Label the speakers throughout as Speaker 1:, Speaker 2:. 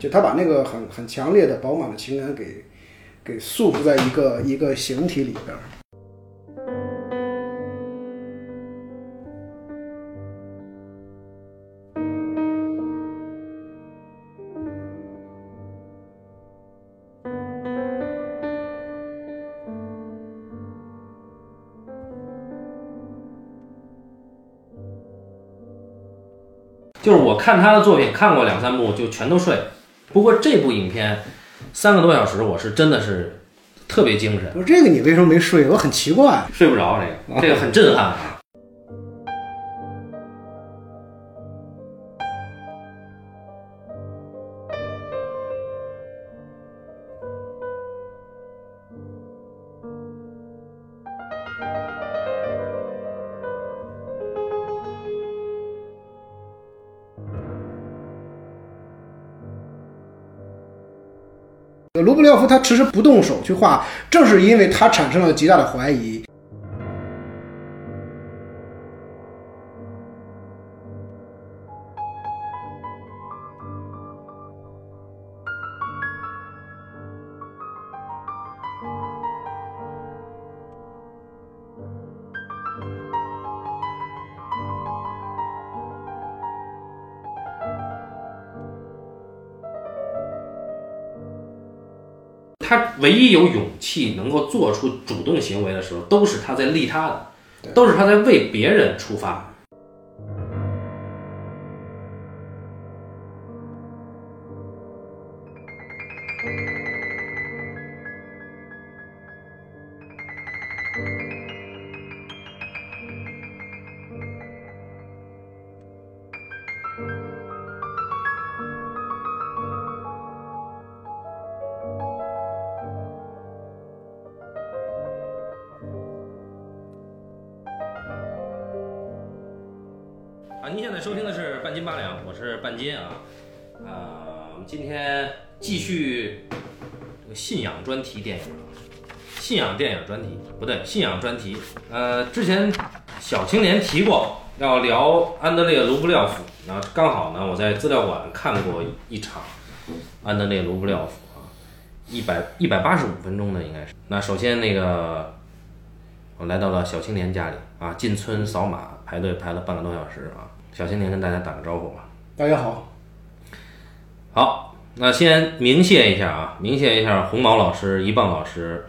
Speaker 1: 就他把那个很很强烈的饱满的情感给给束缚在一个一个形体里边儿。
Speaker 2: 就是我看他的作品看过两三部就全都睡，不过这部影片三个多小时，我是真的是特别精神，
Speaker 1: 我说这个你为什么没睡？我很奇怪。
Speaker 2: 睡不着啊 这个，这个很震撼。啊
Speaker 1: 卢布廖夫他迟迟不动手去画，正是因为他产生了极大的怀疑。
Speaker 2: 他唯一有勇气能够做出主动行为的时候，都是他在利他的，都是他在为别人出发。啊，您现在收听的是半斤八两，我是半斤啊。呃，我们今天继续这个信仰专题电影啊，信仰电影专题不对，信仰专题。呃，之前小青年提过要聊安德烈·卢布廖夫，然后刚好呢，我在资料馆看过一场安德烈·卢布廖夫啊，一百一百八十五分钟的应该是。那首先那个我来到了小青年家里啊，进村扫码排队排了半个多小时啊。小青年跟大家打个招呼吧。
Speaker 1: 大家好，
Speaker 2: 好，那先鸣谢一下啊，鸣谢一下红毛老师、一棒老师，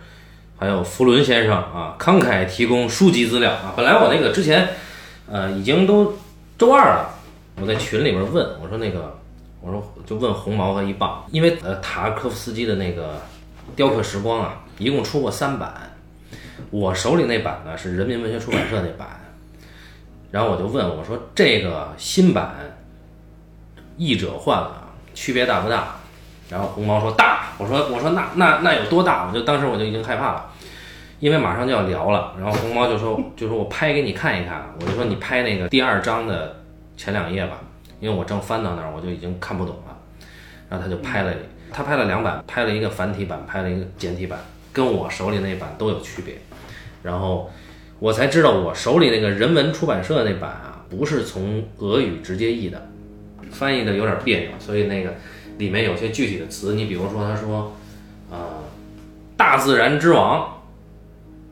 Speaker 2: 还有福伦先生啊，慷慨提供书籍资料啊。本来我那个之前，呃，已经都周二了，我在群里边问我说那个，我说就问红毛和一棒，因为呃塔科夫斯基的那个《雕刻时光》啊，一共出过三版，我手里那版呢是人民文学出版社那版，然后我就问我说这个新版译者换了，啊，区别大不大？然后红毛说大，我说我说那那那有多大？我就当时我就已经害怕了，因为马上就要聊了。然后红毛就说就说我拍给你看一看，我就说你拍那个第二章的前两页吧，因为我正翻到那儿，我就已经看不懂了。然后他就拍了，他拍了两版，拍了一个繁体版，拍了一个简体版，跟我手里那版都有区别。然后我才知道我手里那个人文出版社那版啊，不是从俄语直接译的，翻译的有点别扭，所以那个里面有些具体的词，你比如说他说，呃，大自然之王，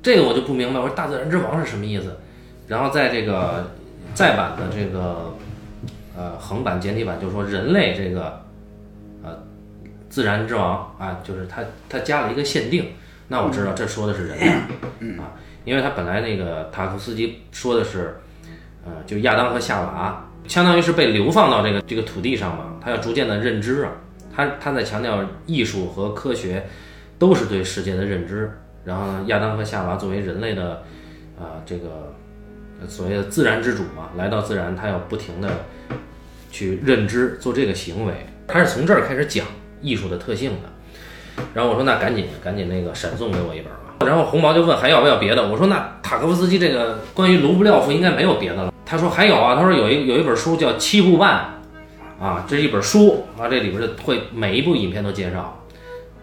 Speaker 2: 这个我就不明白，我说大自然之王是什么意思？然后在这个呃再版的这个呃横版简体版就说人类这个呃自然之王啊，就是他他加了一个限定，那我知道这说的是人类啊，因为他本来那个塔夫斯基说的是。呃，就亚当和夏娃，相当于是被流放到这个这个土地上嘛，他要逐渐的认知啊，他他在强调艺术和科学都是对世界的认知，然后呢，亚当和夏娃作为人类的啊、这个呃所谓的自然之主嘛，来到自然，他要不停的去认知做这个行为，他是从这儿开始讲艺术的特性的。然后我说那赶紧赶紧那个闪送给我一本吧。然后红毛就问还要不要别的，我说那塔科夫斯基这个关于卢布廖夫应该没有别的了。他说还有啊，他说有一有一本书叫《七步半》，啊，这是一本书啊，这里边就会每一部影片都介绍。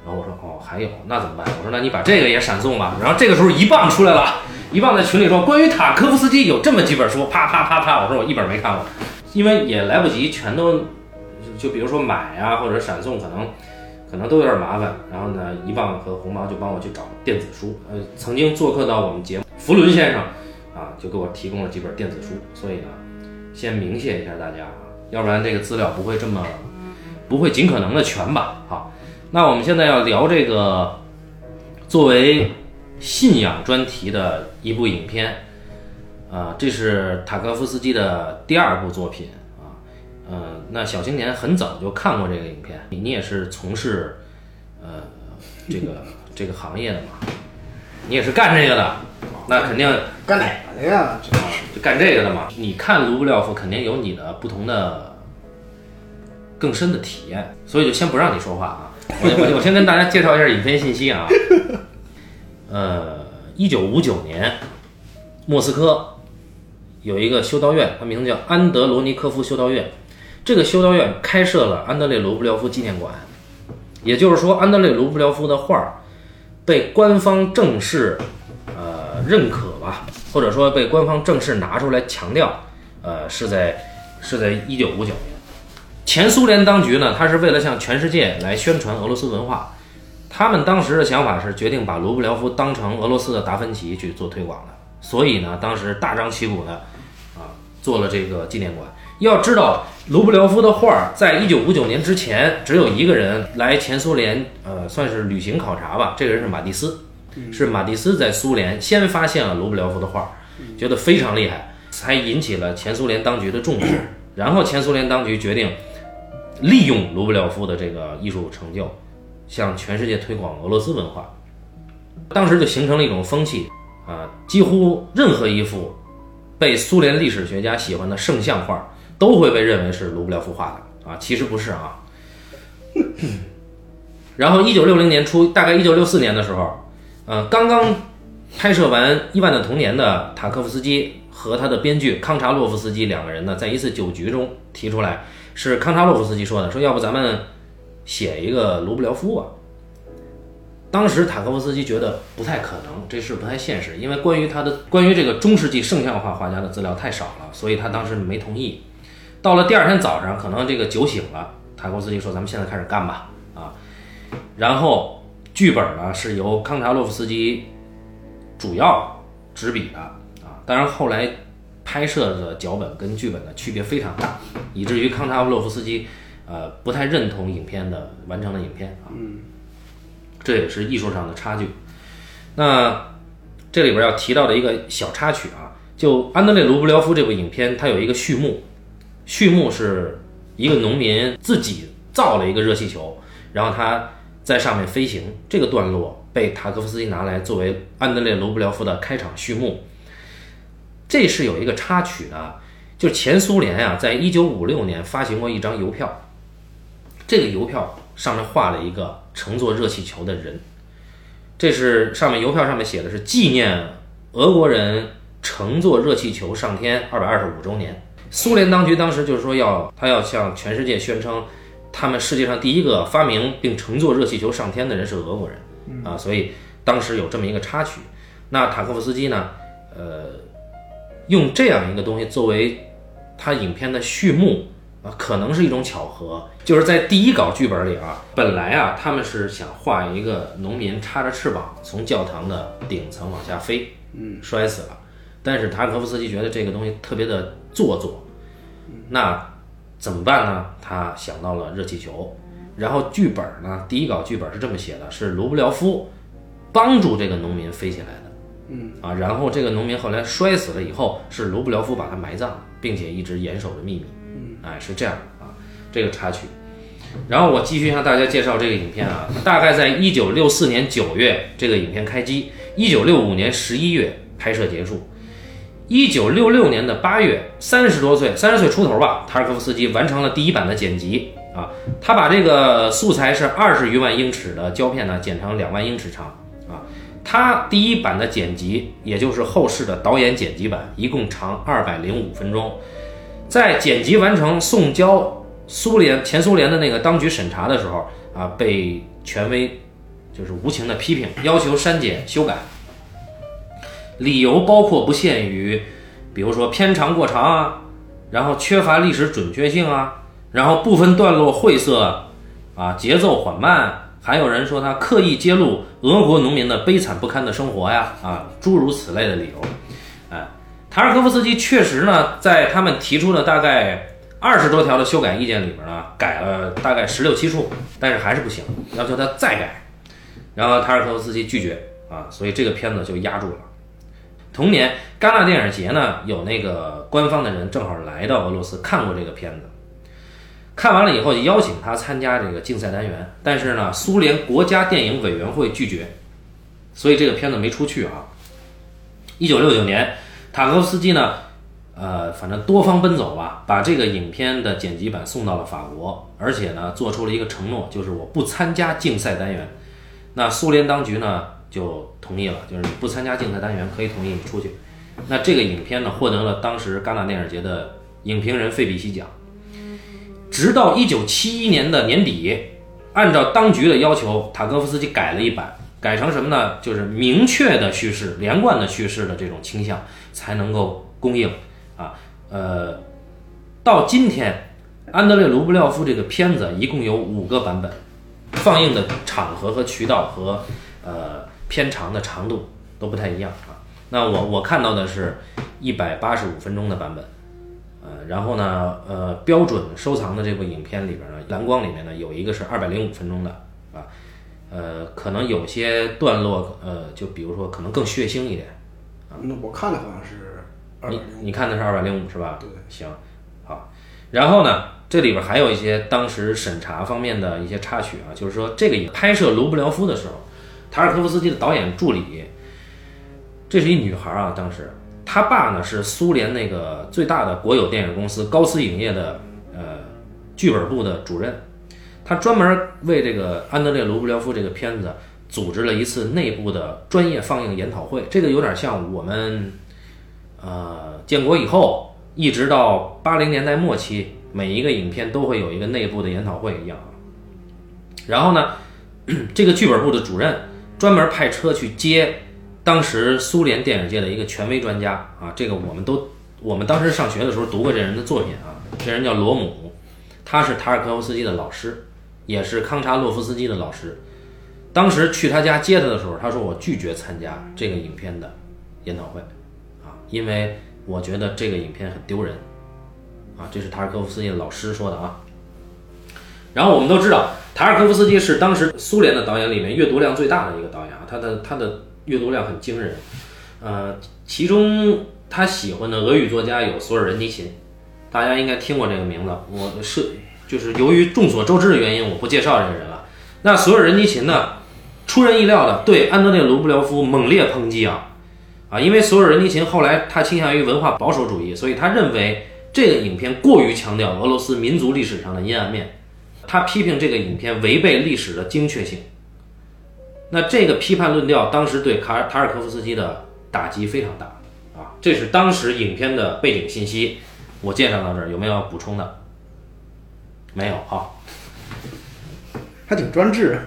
Speaker 2: 然后我说哦还有那怎么办？我说那你把这个也闪送吧。然后这个时候一棒出来了，一棒在群里说关于塔科夫斯基有这么几本书，啪啪啪啪，我说我一本没看过，因为也来不及全都就就比如说买啊或者闪送，可能可能都有点麻烦。然后呢，一棒和红毛就帮我去找电子书，呃，曾经做客到我们节目福伦先生啊，就给我提供了几本电子书，所以呢，先明谢一下大家啊，要不然这个资料不会这么不会尽可能的全吧？好，那我们现在要聊这个作为信仰专题的一部影片。啊，这是塔科夫斯基的第二部作品啊。呃，那小青年很早就看过这个影片，你你也是从事呃这个这个行业的嘛，你也是干这个的，那肯定
Speaker 1: 干哪个的呀？这
Speaker 2: 就干这个的嘛。你看卢布廖夫，肯定有你的不同的更深的体验，所以就先不让你说话啊。我我我先跟大家介绍一下影片信息啊。呃，一九五九年，莫斯科有一个修道院，它名字叫安德罗尼科夫修道院。这个修道院开设了安德烈·卢布廖夫纪念馆，也就是说，安德烈·卢布廖夫的画儿被官方正式呃认可吧，或者说被官方正式拿出来强调，呃，是在是在一九五九年，前苏联当局呢，它是为了向全世界来宣传俄罗斯文化，他们当时的想法是决定把卢布廖夫当成俄罗斯的达芬奇去做推广的，所以呢，当时大张旗鼓的啊做了这个纪念馆。要知道，卢布廖夫的画儿在一九五九年之前，只有一个人来前苏联，呃，算是旅行考察吧。这个人是马蒂斯，是马蒂斯在苏联先发现了卢布廖夫的画儿，觉得非常厉害，才引起了前苏联当局的重视。然后前苏联当局决定利用卢布廖夫的这个艺术成就，向全世界推广俄罗斯文化。当时就形成了一种风气，啊、几乎任何一幅被苏联历史学家喜欢的圣像画，都会被认为是卢布廖夫画的啊，其实不是啊。 然后，一九六零年初，大概一九六四年的时候，呃，刚刚拍摄完《伊万的童年》的塔科夫斯基和他的编剧康查洛夫斯基两个人呢，在一次酒局中提出来，是康查洛夫斯基说的，说要不咱们写一个卢布廖夫吧。啊当时塔科夫斯基觉得不太可能，这事不太现实，因为关于他的关于这个中世纪圣像画画家的资料太少了，所以他当时没同意。到了第二天早上，可能这个酒醒了，塔科夫斯基说：“咱们现在开始干吧。”啊，然后剧本呢是由康察洛夫斯基主要执笔的啊，当然后来拍摄的脚本跟剧本的区别非常大，以至于康察洛夫斯基呃不太认同影片的完成的影片啊，这也是艺术上的差距。那这里边要提到的一个小插曲啊，就安德烈·卢布廖夫这部影片，它有一个序幕，序幕是一个农民自己造了一个热气球，然后他在上面飞行。这个段落被塔科夫斯基拿来作为安德烈·卢布廖夫的开场序幕。这是有一个插曲的，就前苏联啊，在一九五六年发行过一张邮票，这个邮票上面画了一个乘坐热气球的人，这是上面邮票上面写的是纪念俄国人乘坐热气球上天二百二十五周年。苏联当局当时就是说要他要向全世界宣称，他们世界上第一个发明并乘坐热气球上天的人是俄国人啊，所以当时有这么一个插曲。那塔科夫斯基呢，呃，用这样一个东西作为他影片的序幕啊，可能是一种巧合，就是在第一稿剧本里啊，本来啊他们是想画一个农民插着翅膀从教堂的顶层往下飞，嗯，摔死了。但是塔可夫斯基觉得这个东西特别的做作，那怎么办呢？他想到了热气球，然后剧本呢，第一稿剧本是这么写的：是卢布廖夫帮助这个农民飞起来的，嗯啊，然后这个农民后来摔死了以后，是卢布廖夫把他埋葬，并且一直严守着秘密，嗯，哎，是这样的啊，这个插曲。然后我继续向大家介绍这个影片啊，大概在一九六四年九月，这个影片开机，一九六五年十一月拍摄结束，一九六六年的八月，三十多岁，三十岁出头吧，塔尔科夫斯基完成了第一版的剪辑啊。他把这个素材是二十余万英尺的胶片呢，剪成两万英尺长啊。他第一版的剪辑，也就是后世的导演剪辑版，一共长二百零五分钟。在剪辑完成送交苏联前苏联的那个当局审查的时候啊，被权威就是无情的批评，要求删减修改。理由包括不限于，比如说片长过长啊，然后缺乏历史准确性啊，然后部分段落晦涩，啊，节奏缓慢。还有人说他刻意揭露俄国农民的悲惨不堪的生活呀，啊，诸如此类的理由。哎，塔尔科夫斯基确实呢，在他们提出的大概二十多条的修改意见里边呢，改了大概十六七处，但是还是不行，要求他再改。然后塔尔科夫斯基拒绝啊，所以这个片子就压住了。同年，戛纳电影节呢，有那个官方的人正好来到俄罗斯看过这个片子，看完了以后就邀请他参加这个竞赛单元，但是呢，苏联国家电影委员会拒绝，所以这个片子没出去啊。一九六九年，塔科夫斯基呢，呃，反正多方奔走吧，把这个影片的剪辑版送到了法国，而且呢，做出了一个承诺，就是我不参加竞赛单元。那苏联当局呢就同意了，就是你不参加竞赛单元可以同意你出去。那这个影片呢获得了当时戛纳电影节的影评人费比西奖。直到一九七一年的年底，按照当局的要求，塔科夫斯基改了一版，改成什么呢？就是明确的叙事、连贯的叙事的这种倾向才能够供应啊。呃，到今天，安德烈·卢布廖夫这个片子一共有五个版本，放映的场合和渠道和呃片长的长度都不太一样啊。那我我看到的是一百八十五分钟的版本。呃，然后呢，呃，标准收藏的这部影片里边呢，蓝光里面呢有一个是二百零五分钟的啊，呃，可能有些段落，呃，就比如说可能更血腥一点。
Speaker 1: 那我看的好像是二百
Speaker 2: 你
Speaker 1: 零
Speaker 2: 你看的是二百零五是吧？
Speaker 1: 对，
Speaker 2: 行，好。然后呢，这里边还有一些当时审查方面的一些插曲啊，就是说这个影拍摄卢布廖夫的时候，塔尔科夫斯基的导演助理，这是一女孩啊，当时她爸呢是苏联那个最大的国有电影公司高斯影业的呃剧本部的主任，他专门为这个安德烈·卢布廖夫这个片子。组织了一次内部的专业放映研讨会，这个有点像我们呃，建国以后一直到八零年代末期，每一个影片都会有一个内部的研讨会一样啊。然后呢， 这个剧本部的主任专门派车去接当时苏联电影界的一个权威专家啊，这个我们都我们当时上学的时候读过这人的作品啊，这人叫罗姆，他是塔尔科夫斯基的老师，也是康查洛夫斯基的老师。当时去他家接他的时候，他说我拒绝参加这个影片的研讨会。啊，因为我觉得这个影片很丢人，啊，这是塔尔科夫斯基的老师说的啊。然后我们都知道，塔尔科夫斯基是当时苏联的导演里面阅读量最大的一个导演啊，他的他的阅读量很惊人，呃，其中他喜欢的俄语作家有索尔仁尼琴，大家应该听过这个名字，我是就是由于众所周知的原因，我不介绍这个人了。那索尔仁尼琴呢，出人意料的对安德烈·卢布廖夫猛烈抨击啊，啊，因为索尔仁尼琴后来他倾向于文化保守主义，所以他认为这个影片过于强调俄罗斯民族历史上的阴暗面，他批评这个影片违背历史的精确性。那这个批判论调当时对卡尔塔尔科夫斯基的打击非常大啊，这是当时影片的背景信息。我介绍到这儿，有没有要补充的？没有，好。
Speaker 1: 五，还挺专制。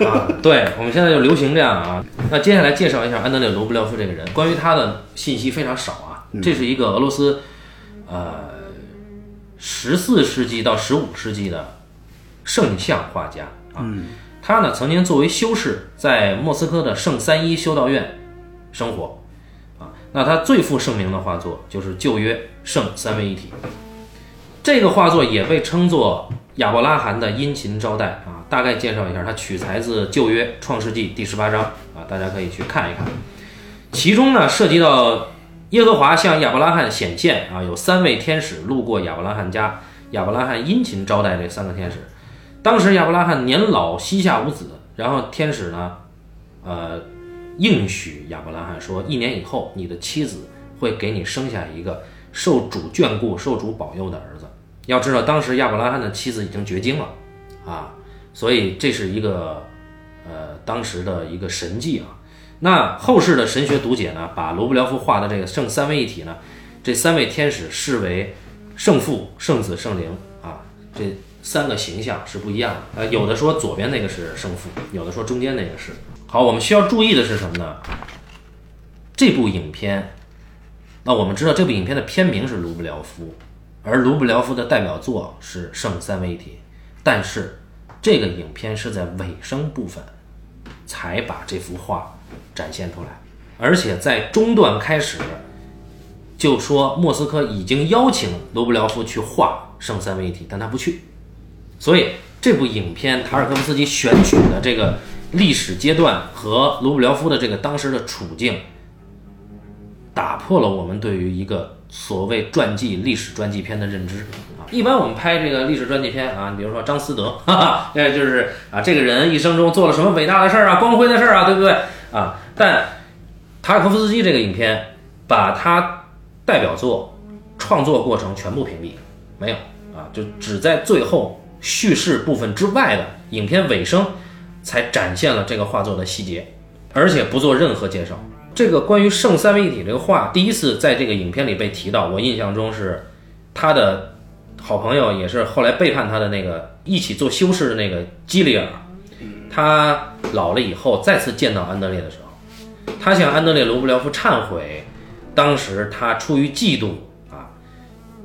Speaker 2: 啊， 对，我们现在就流行这样啊。那接下来介绍一下安德烈·罗布廖夫这个人，关于他的信息非常少啊。这是一个俄罗斯，呃，十四世纪到十五世纪的圣像画家啊。他呢曾经作为修士在莫斯科的圣三一修道院生活啊。那他最负盛名的画作就是《旧约圣三位一体》。这个画作也被称作亚伯拉罕的殷勤招待啊。大概介绍一下，它取材自旧约创世纪第十八章啊，大家可以去看一看。其中呢，涉及到耶和华向亚伯拉罕显现啊，有三位天使路过亚伯拉罕家，亚伯拉罕殷勤招待这三个天使。当时亚伯拉罕年老膝下无子，然后天使呢，呃，应许亚伯拉罕说，一年以后你的妻子会给你生下一个受主眷顾、受主保佑的儿子。要知道，当时亚伯拉罕的妻子已经绝经了啊，所以这是一个呃当时的一个神迹啊。那后世的神学读解呢，把罗布廖夫画的这个圣三位一体呢，这三位天使视为圣父、圣子、圣灵啊，这三个形象是不一样的。呃，有的说左边那个是圣父，有的说中间那个是。好，我们需要注意的是什么呢？这部影片，那我们知道这部影片的片名是卢布廖夫，而卢布廖夫的代表作是《圣三位一体》，但是这个影片是在尾声部分才把这幅画展现出来，而且在中段开始就说莫斯科已经邀请卢布廖夫去画《圣三位一体》，但他不去，所以这部影片塔尔科夫斯基选取的这个历史阶段和卢布廖夫的这个当时的处境，打破了我们对于一个所谓传记、历史传记片的认知啊。一般我们拍这个历史传记片啊，你比如说张思德， 哈哈，那就是啊，这个人一生中做了什么伟大的事儿啊，光辉的事儿啊，对不对啊？但塔可夫斯基这个影片把他代表作、创作过程全部屏蔽，没有啊，就只在最后叙事部分之外的影片尾声才展现了这个画作的细节，而且不做任何介绍。这个关于圣三位一体这个画，第一次在这个影片里被提到，我印象中是他的好朋友，也是后来背叛他的那个一起做修士的那个基里尔，他老了以后再次见到安德烈的时候，他向安德烈·罗布廖夫忏悔，当时他出于嫉妒啊，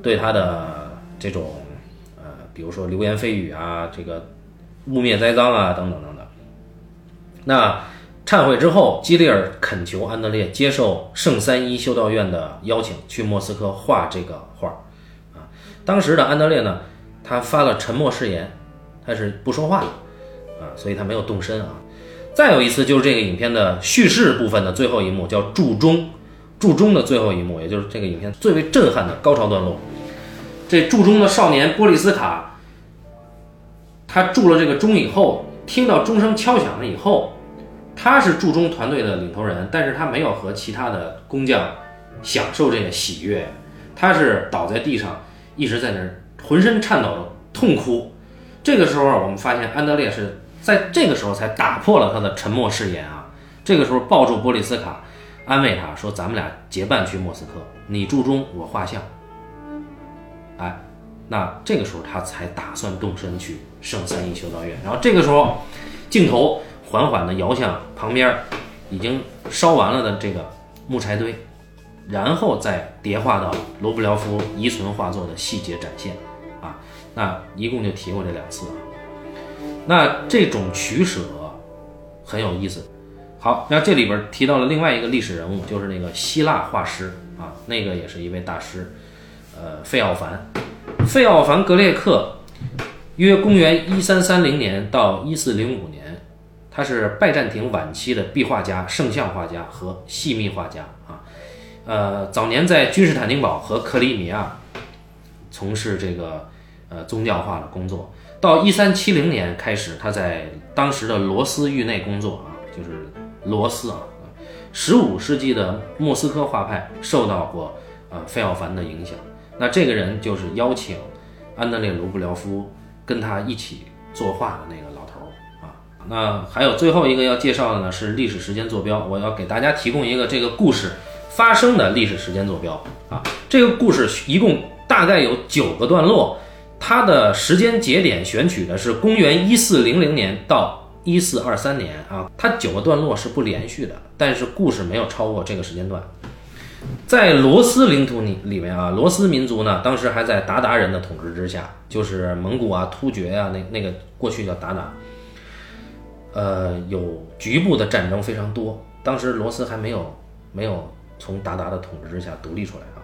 Speaker 2: 对他的这种呃，比如说流言蜚语啊，这个污蔑栽赃啊，等等等等。那忏悔之后，基利尔恳求安德烈接受圣三一修道院的邀请，去莫斯科画这个画儿。啊，当时的安德烈呢，他发了沉默誓言，他是不说话的，啊，所以他没有动身啊。再有一次就是这个影片的叙事部分的最后一幕，叫注中，注中的最后一幕，也就是这个影片最为震撼的高潮段落。这注中的少年波利斯卡，他注了这个钟以后，听到钟声敲响了以后，他是铸钟团队的领头人，但是他没有和其他的工匠享受这个喜悦，他是倒在地上，一直在那儿浑身颤抖的痛哭。这个时候啊，我们发现安德烈是在这个时候才打破了他的沉默誓言啊。这个时候抱住波利斯卡，安慰他说：“咱们俩结伴去莫斯科，你铸钟，我画像。”哎，那这个时候他才打算动身去圣三一修道院。然后这个时候，镜头缓缓地摇向旁边儿已经烧完了的这个木柴堆，然后再叠化到罗布廖夫遗存画作的细节展现。啊，那一共就提过这两次啊。那这种取舍很有意思。好，那这里边提到了另外一个历史人物，就是那个希腊画师啊，那个也是一位大师。呃，费奥凡，费奥凡格列克，约公元一三三零年到一四零五年，他是拜占庭晚期的壁画家、圣像画家和细密画家啊。呃，早年在君士坦丁堡和克里米亚从事这个呃宗教化的工作。到一三七零年开始，他在当时的罗斯域内工作啊，就是罗斯啊。十五世纪的莫斯科画派受到过呃费奥凡的影响。那这个人就是邀请安德烈·卢布廖夫跟他一起作画的那个老头儿啊。那还有最后一个要介绍的呢是历史时间坐标，我要给大家提供一个这个故事发生的历史时间坐标啊。这个故事一共大概有九个段落，它的时间节点选取的是公元一四零零年到。一四二三年啊，它九个段落是不连续的，但是故事没有超过这个时间段。在罗斯领土里里面啊，罗斯民族呢，当时还在鞑靼人的统治之下，就是蒙古啊、突厥啊，那那个过去叫鞑靼，呃，有局部的战争非常多。当时罗斯还没有没有从鞑靼的统治之下独立出来啊。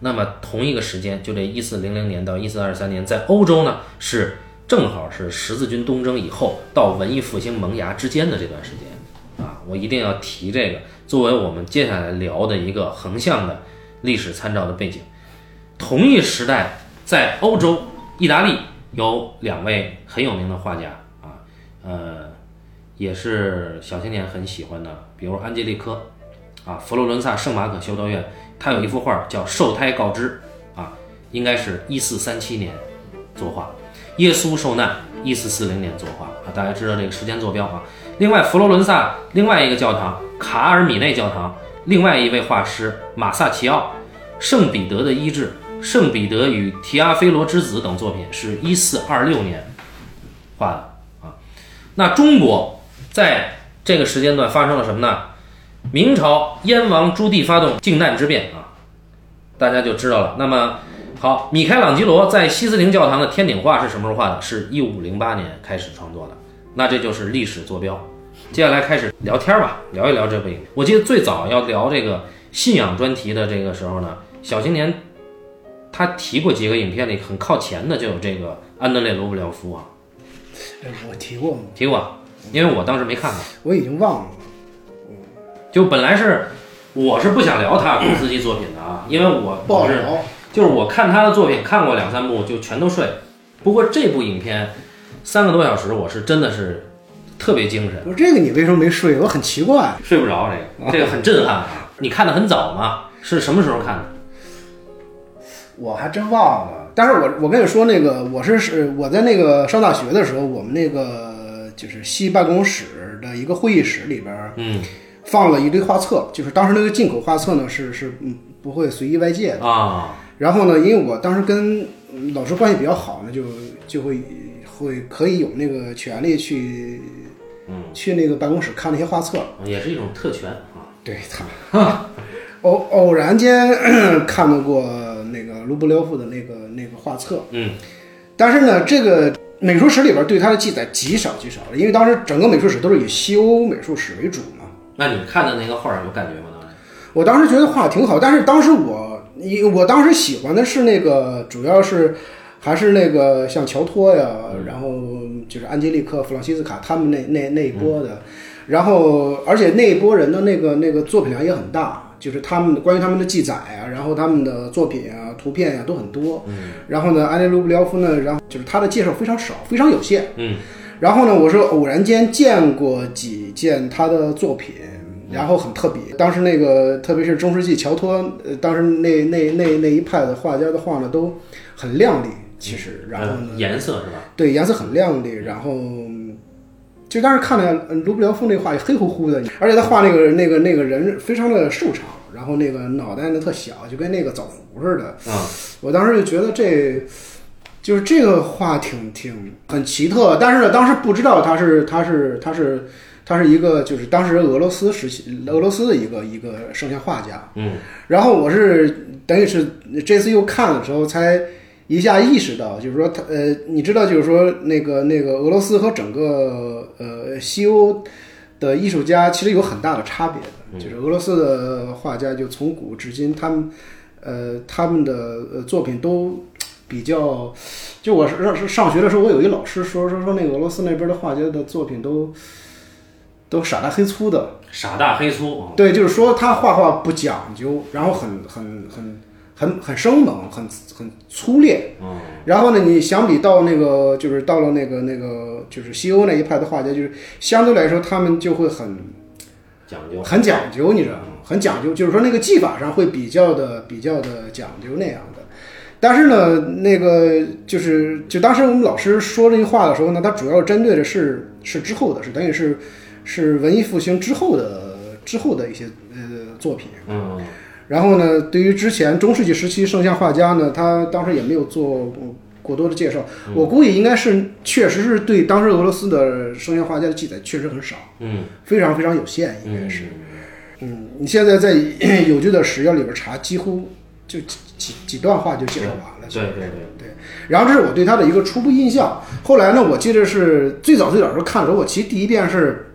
Speaker 2: 那么同一个时间，就这一四零零年到一四二三年，在欧洲呢是正好是十字军东征以后到文艺复兴萌芽之间的这段时间啊，我一定要提这个作为我们接下来聊的一个横向的历史参照的背景。啊同一时代，在欧洲意大利有两位很有名的画家啊，呃，也是小青年很喜欢的，比如安吉利科啊，佛罗伦萨圣马可修道院，他有一幅画叫《受胎告知》啊，应该是一四三七年作画。耶稣受难，一四四零年作画啊，大家知道这个时间坐标啊。另外，佛罗伦萨另外一个教堂卡尔米内教堂，另外一位画师马萨奇奥，《圣彼得的医治》《圣彼得与提阿非罗之子》等作品是一四二六年画的啊。那中国在这个时间段发生了什么呢？明朝燕王朱棣发动靖难之变啊，大家就知道了。那么好，米开朗基罗在西斯廷教堂的天顶画是什么时候画的？是一五零八年开始创作的，那这就是历史坐标。接下来开始聊天吧，聊一聊这部影片。我记得最早要聊这个信仰专题的这个时候呢，小青年他提过几个影片里很靠前的，就有这个安德烈·罗布廖夫啊，
Speaker 1: 哎，我提过吗？
Speaker 2: 提过啊，因为我当时没看过。
Speaker 1: 我已经忘了。
Speaker 2: 就本来是我是不想聊他古斯基作品的啊，因为我
Speaker 1: 嗯不好
Speaker 2: 我是
Speaker 1: 聊。
Speaker 2: 就是我看他的作品看过两三部就全都睡了。不过这部影片三个多小时，我是真的是特别精神，
Speaker 1: 我说这个你为什么没睡？我很奇怪。
Speaker 2: 睡不着。这
Speaker 1: 啊
Speaker 2: 个这个很震撼。啊你看的很早吗？是什么时候看的？
Speaker 1: 我还真忘了。但是我我跟你说，那个我是是我在那个上大学的时候，我们那个就是系办公室的一个会议室里边儿
Speaker 2: 嗯
Speaker 1: 放了一堆画册，就是当时那个进口画册呢是是嗯不会随意外借的。
Speaker 2: 啊
Speaker 1: 然后呢，因为我当时跟嗯老师关系比较好呢，就就会会可以有那个权利去
Speaker 2: 嗯，
Speaker 1: 去那个办公室看那些画册。
Speaker 2: 也是一种特权啊。
Speaker 1: 对，他偶偶然间咳看到过那个卢布廖夫的那个那个画册，
Speaker 2: 嗯
Speaker 1: 但是呢，这个美术史里边对他的记载极少极少了，因为当时整个美术史都是以西欧美术史为主嘛。
Speaker 2: 那你看的那个画儿有感觉吗？当时
Speaker 1: 我当时觉得画得挺好，但是当时我，因我当时喜欢的是那个，主要是还是那个像乔托呀，然后就是安吉利克、弗朗西斯卡他们那那那一波的，然后而且那一波人的那个那个作品量也很大。就是他们关于他们的记载啊，然后他们的作品啊、图片呀、都很多。然后呢，安列卢布廖夫呢，然后就是他的介绍非常少，非常有限。
Speaker 2: 嗯
Speaker 1: 然后呢，我是偶然间见过几件他的作品，然后很特别。当时那个，特别是中世纪乔托，呃，当时那那那那一派的画家的画呢，都很亮丽，其实。然后呢，
Speaker 2: 呃颜色是吧？
Speaker 1: 对颜色很亮丽，然后。就当时看了呃卢布廖夫那画也黑乎乎的，而且他画那个那个那个人非常的瘦长，然后那个脑袋呢特小，就跟那个枣核似的。
Speaker 2: 啊
Speaker 1: 我当时就觉得这，就是这个画挺挺很奇特，但是呢，当时不知道它是它是它是它是一个就是当时俄罗斯时期俄罗斯的一个一个圣像画家。
Speaker 2: 嗯
Speaker 1: 然后我是等于是这次又看的时候才一下意识到，就是说他呃，你知道就是说那个那个俄罗斯和整个呃西欧的艺术家其实有很大的差别的，就是俄罗斯的画家就从古至今他们呃他们的呃作品都。比较，就我是是上学的时候，我有一老师说说说那个俄罗斯那边的画家的作品都都傻大黑粗的，
Speaker 2: 傻大黑粗啊。
Speaker 1: 对，就是说他画画不讲究，然后很很很很很生猛，很很粗劣。
Speaker 2: 嗯
Speaker 1: 然后呢，你相比到那个，就是到了那个那个，就是西欧那一派的画家，就是相对来说他们就会很
Speaker 2: 讲究。
Speaker 1: 很讲究，你知道吗？很讲究，就是说那个技法上会比较的比较的讲究那样的。但是呢，那个就是就当时我们老师说这句话的时候呢，他主要针对的是是之后的，是等于是是文艺复兴之后的之后的一些呃作品。
Speaker 2: 嗯嗯
Speaker 1: 然后呢，对于之前中世纪时期圣像画家呢，他当时也没有做过过多的介绍。
Speaker 2: 嗯
Speaker 1: 我估计应该是确实是对当时俄罗斯的圣像画家的记载确实很少，
Speaker 2: 嗯
Speaker 1: 非常非常有限，应该
Speaker 2: 嗯
Speaker 1: 是。嗯，你现在 在有句的史料里边查，几乎就几几几段话就介绍完了。
Speaker 2: 对对对。
Speaker 1: 对，然后这是我对他的一个初步印象。后来呢，我记得是最早最早时候看的时候，我其实第一遍是，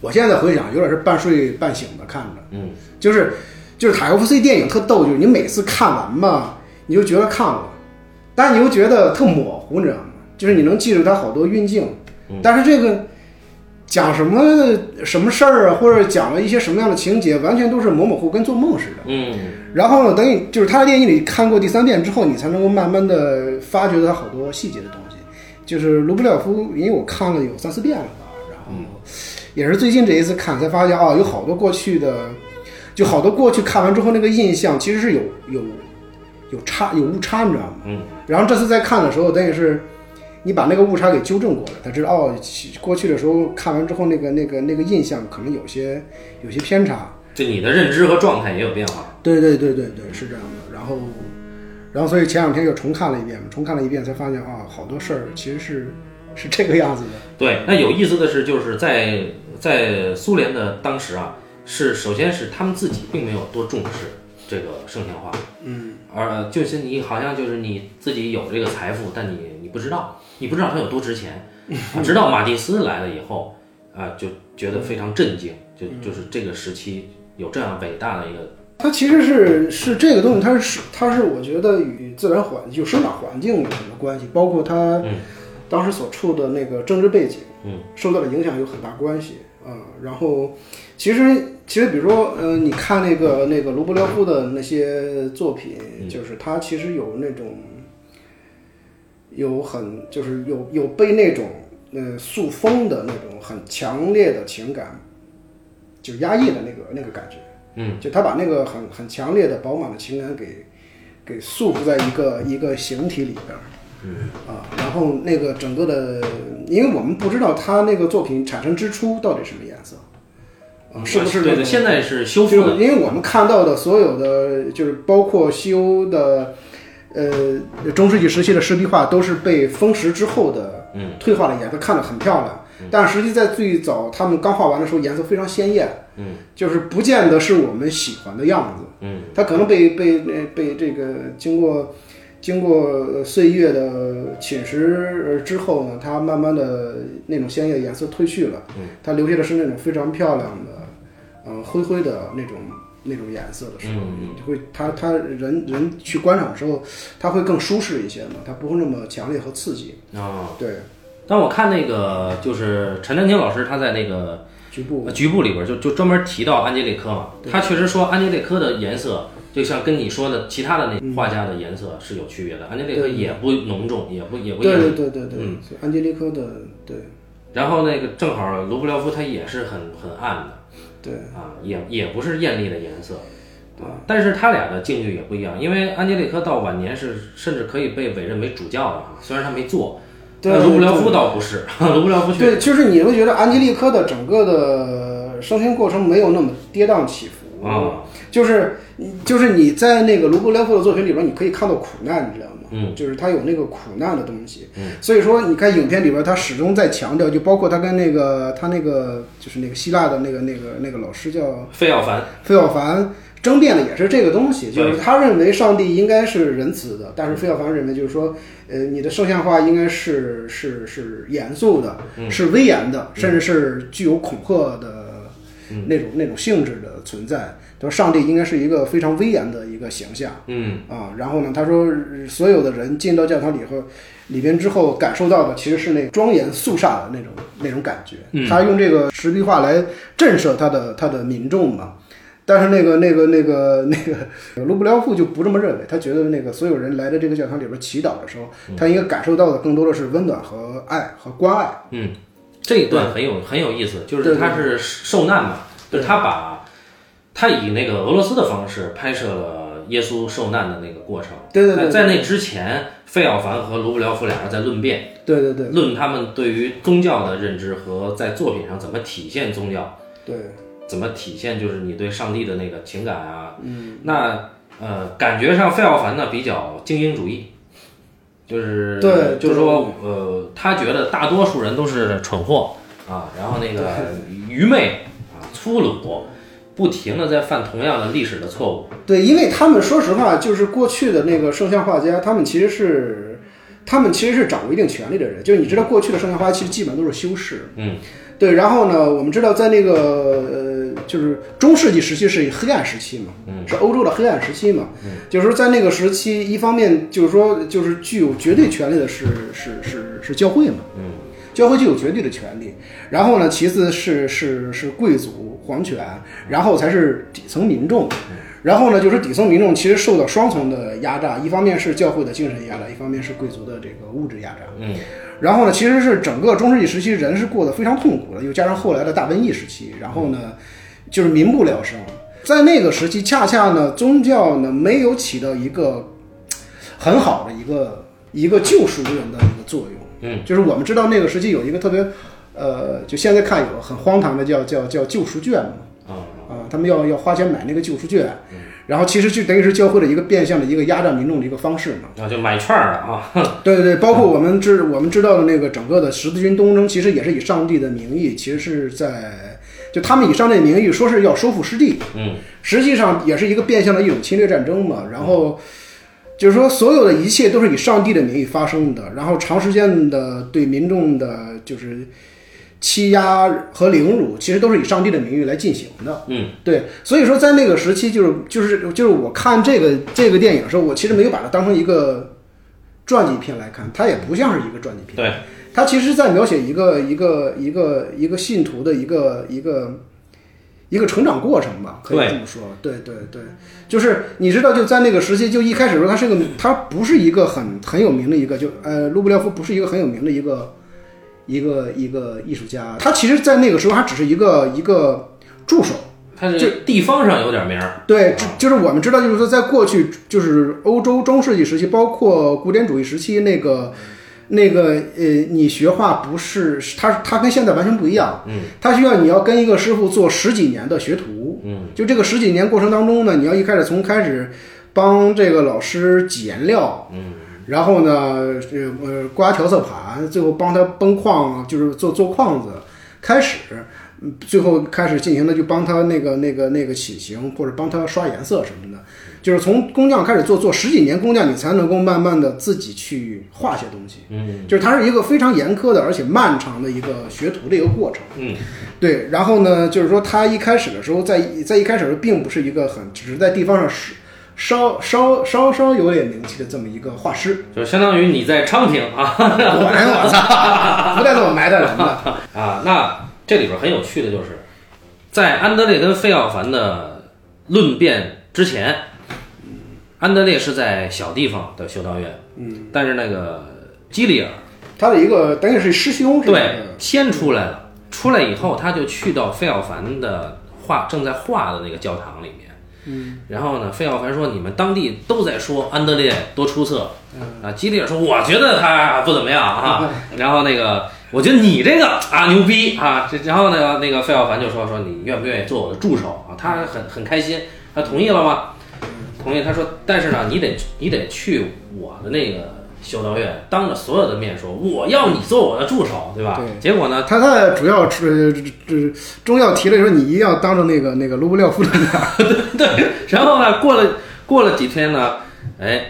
Speaker 1: 我现在回想有点是半睡半醒的看着，
Speaker 2: 嗯，
Speaker 1: 就是就是塔科夫斯基电影特逗，就是你每次看完吧，你就觉得看了，但你又觉得特模糊，你知道吗？就是你能记住他好多运镜，但是这个。讲什么什么事儿啊，或者讲了一些什么样的情节，完全都是模模糊，跟做梦似的。
Speaker 2: 嗯
Speaker 1: 然后呢，等你就是他的电影你看过第三遍之后，你才能够慢慢的发掘到好多细节的东西。就是卢布廖夫，因为我看了有三四遍了吧，然后也是最近这一次看才发现啊，有好多过去的，就好多过去看完之后那个印象其实是有有有差有误差，你知道吗？
Speaker 2: 嗯。
Speaker 1: 然后这次再看的时候，等于是你把那个误差给纠正过来，才知道哦，其过去的时候看完之后那个那个那个印象可能有些有些偏差。
Speaker 2: 就你的认知和状态也有变化。
Speaker 1: 对对对对对，是这样的。然后，然后所以前两天又重看了一遍嘛，重看了一遍才发现啊，好多事儿其实是是这个样子的。
Speaker 2: 对，那有意思的是，就是在在苏联的当时啊，是首先是他们自己并没有多重视，这个圣贤化，嗯，而就是你好像就是你自己有这个财富，但你你不知道，你不知道它有多值 钱，啊直到马蒂斯来了以后，啊，就觉得非常震惊，就就是这个时期有这样伟大的一个，
Speaker 1: 它其实是是这个东西，它是它是我觉得与自然环就生长环境有很多关系，包括它当时所处的那个政治背景，
Speaker 2: 嗯，
Speaker 1: 受到的影响有很大关系啊、然后其实其实比如说，呃，你看那个那个罗伯廖夫的那些作品，就是他其实有那种有很就是有有被那种呃塑封的那种很强烈的情感，就压抑的那个那个感觉。
Speaker 2: 嗯，
Speaker 1: 就他把那个很很强烈的饱满的情感给给束缚在一个一个形体里边儿，嗯啊，然后那个整个的，因为我们不知道他那个作品产生之初到底什么颜色，啊，是不是
Speaker 2: 对
Speaker 1: 那
Speaker 2: 对，
Speaker 1: 个
Speaker 2: 现在嗯是修复
Speaker 1: 就
Speaker 2: 的，
Speaker 1: 是因为我们看到的所有的，就是包括西欧的，呃，中世纪时期的石壁画，都是被风蚀之后的
Speaker 2: 嗯
Speaker 1: 退化的颜色，看着很漂亮。但实际在最早他们刚画完的时候，颜色非常鲜艳，
Speaker 2: 嗯，
Speaker 1: 就是不见得是我们喜欢的样子，
Speaker 2: 嗯，
Speaker 1: 它可能被被呃被这个经过经过呃岁月的侵蚀呃之后呢，它慢慢的那种鲜艳的颜色褪去了，嗯，它留下的是那种非常漂亮的，嗯、灰灰的那种那种颜色的时候，
Speaker 2: 嗯
Speaker 1: 就会它它人人去观赏的时候，它会更舒适一些嘛，它不会那么强烈和刺激，
Speaker 2: 啊。
Speaker 1: 对，
Speaker 2: 但我看那个就是陈丹青老师他在那个
Speaker 1: 局部
Speaker 2: 呃局部里边就就专门提到安吉列科嘛，他确实说安吉列科的颜色就像跟你说的其他的那画家的颜色是有区别的，安吉列科也不浓重，也不也嗯
Speaker 1: 对
Speaker 2: 不艳。
Speaker 1: 对对对对，所以安吉利科的对
Speaker 2: 然后那个正好卢布廖夫他也是很很暗的
Speaker 1: 对
Speaker 2: 啊，也也不是艳丽的颜色。啊，但是他俩的境遇也不一样，因为安吉列科到晚年是甚至可以被委任为主教的啊，虽然他没做。呃
Speaker 1: 对
Speaker 2: 那卢布
Speaker 1: 对
Speaker 2: 廖夫倒不是， 卢布廖夫确
Speaker 1: 对，就是你会觉得安吉利科的整个的升天过程没有那么跌宕起伏
Speaker 2: 啊，
Speaker 1: 就是就是你在那个卢布廖夫的作品里边，你可以看到苦难，你知道吗？
Speaker 2: 嗯，
Speaker 1: 就是他有那个苦难的东西。嗯，所以说你看影片里边，他始终在强调，就包括他跟那个他那个就是那个希腊的那个那个那个老师叫
Speaker 2: 费奥凡
Speaker 1: 费奥凡争辩的也是这个东西，就是他认为上帝应该是仁慈的，但是费奥凡认为就是说，呃，你的圣像画应该是是是严肃的，是威严的，甚至是具有恐吓的那种那种性质的存在。他说上帝应该是一个非常威严的一个形象。
Speaker 2: 嗯，
Speaker 1: 啊，然后呢，他说呃所有的人进到教堂里后，里边之后感受到的其实是那个庄严肃杀的那种那种感觉。他用这个石壁画来震慑他的他的民众嘛。但是那个那个那个那个卢布廖夫就不这么认为，他觉得那个所有人来到这个教堂里边祈祷的时候，他应该感受到的更多的是温暖和爱和关爱。
Speaker 2: 嗯，这一段很有很有意思，就是他是受难嘛，就
Speaker 1: 对
Speaker 2: 他把他以那个俄罗斯的方式拍摄了耶稣受难的那个过程。
Speaker 1: 对对对
Speaker 2: 在在那之前，费奥凡和卢布廖夫俩人在论辩，
Speaker 1: 对对对
Speaker 2: 论他们对于宗教的认知和在作品上怎么体现宗教。
Speaker 1: 对，
Speaker 2: 怎么体现就是你对上帝的那个情感啊。嗯，那呃，感觉上费奥凡呢比较精英主义，就是
Speaker 1: 对
Speaker 2: 就是说呃，他觉得大多数人都是蠢货啊，然后那个愚昧啊、粗鲁，不停的在犯同样的历史的错误。
Speaker 1: 对，因为他们说实话，就是过去的那个圣像画家，他们其实是，他们其实是掌握一定权力的人。就是你知道，过去的圣像画家其实基本上都是修士。
Speaker 2: 嗯，
Speaker 1: 对。然后呢，我们知道，在那个呃，就是中世纪时期是黑暗时期嘛，是欧洲的黑暗时期嘛。就是说，在那个时期，一方面就是说，就是具有绝对权力的是是是是教会嘛。教会具有绝对的权利，然后呢，其次是是是贵族皇权，然后才是底层民众，然后呢，就是底层民众其实受到双重的压榨，一方面是教会的精神压榨，一方面是贵族的这个物质压榨。
Speaker 2: 嗯，
Speaker 1: 然后呢，其实是整个中世纪时期人是过得非常痛苦的，又加上后来的大瘟疫时期，然后呢，就是民不聊生。在那个时期，恰恰呢，宗教呢没有起到一个很好的一个一个救赎人的一个作用。
Speaker 2: 嗯，
Speaker 1: 就是我们知道那个时期有一个特别，呃，就现在看有很荒唐的叫叫叫救赎券嘛，
Speaker 2: 啊、
Speaker 1: 啊、他们要要花钱买那个救赎券，然后其实就等于是教会的一个变相的一个压榨民众的一个方式嘛。
Speaker 2: 那就买券儿了啊。
Speaker 1: 对对对，包括我们知我们知道的那个整个的十字军东征，其实也是以上帝的名义，其实是在就他们以上这名义说是要收复失地，
Speaker 2: 嗯，
Speaker 1: 实际上也是一个变相的一种侵略战争嘛。然后就是说，所有的一切都是以上帝的名义发生的，然后长时间的对民众的就是欺压和凌辱，其实都是以上帝的名义来进行的。
Speaker 2: 嗯，
Speaker 1: 对，所以说在那个时期、就是，就是就是我看这个这个电影的时候，我其实没有把它当成一个传记片来看，它也不像是一个传记片。
Speaker 2: 对，
Speaker 1: 它其实在描写一个一个一个一个信徒的一个一个一个成长过程吧，可以
Speaker 2: 对
Speaker 1: 这么说。对对对，就是你知道，就在那个时期，就一开始的时候，他是个他不是一个很很有名的一个，就呃，卢布廖夫不是一个很有名的一个一个一个艺术家，他其实，在那个时候，他只是一个一个助手。
Speaker 2: 它这地方上有点名儿，
Speaker 1: 对，就就是我们知道，就是说，在过去，就是欧洲中世纪时期，包括古典主义时期，那个那个呃，你学画不是它，它跟现在完全不一样。
Speaker 2: 嗯，
Speaker 1: 它需要你要跟一个师傅做十几年的学徒。
Speaker 2: 嗯，
Speaker 1: 就这个十几年过程当中呢，你要一开始从开始帮这个老师挤颜料。嗯。然后呢，这呃，刮调色盘，最后帮他崩框，就是做做框子，开始，嗯最后开始进行的就帮他那个那个那个起形，或者帮他刷颜色什么的，就是从工匠开始做，做十几年工匠，你才能够慢慢的自己去画些东西。
Speaker 2: 嗯
Speaker 1: 就是它是一个非常严苛的，而且漫长的一个学徒的一个过程。
Speaker 2: 嗯，
Speaker 1: 对，然后呢，就是说他一开始的时候，在在一开始的时候并不是一个很，只是在地方上是稍稍稍稍有点名气的这么一个画 师。
Speaker 2: 就是相当于你在昌平啊
Speaker 1: 我哎我操，不带这么埋汰人的。
Speaker 2: 啊，那这里边很有趣的就是，在安德烈跟费奥凡的论辩之前，安德烈是在小地方的修道院，嗯，但是那个基里尔
Speaker 1: 他的一个等于是师兄是吧？
Speaker 2: 对先出来了，出来以后他就去到费奥凡的画正在画的那个教堂里面。嗯，然后呢？费奥凡说：“你们当地都在说安德烈多出色，
Speaker 1: 嗯
Speaker 2: 啊，基里尔说我觉得他不怎么样啊， 然后那个我觉得你这个啊牛逼啊，这然后呢那个费奥凡就说说你愿不愿意做我的助手啊，他很很开心，他同意了吗？同意，他说但是呢你得你得去我的那个修道院，当着所有的面说我要你做我的助手，对吧？
Speaker 1: 对
Speaker 2: 结果呢，
Speaker 1: 他他主要是这中药提了说，你一定要当着那个那个卢布廖夫的面儿
Speaker 2: 对，然后呢过了过了几天呢，哎。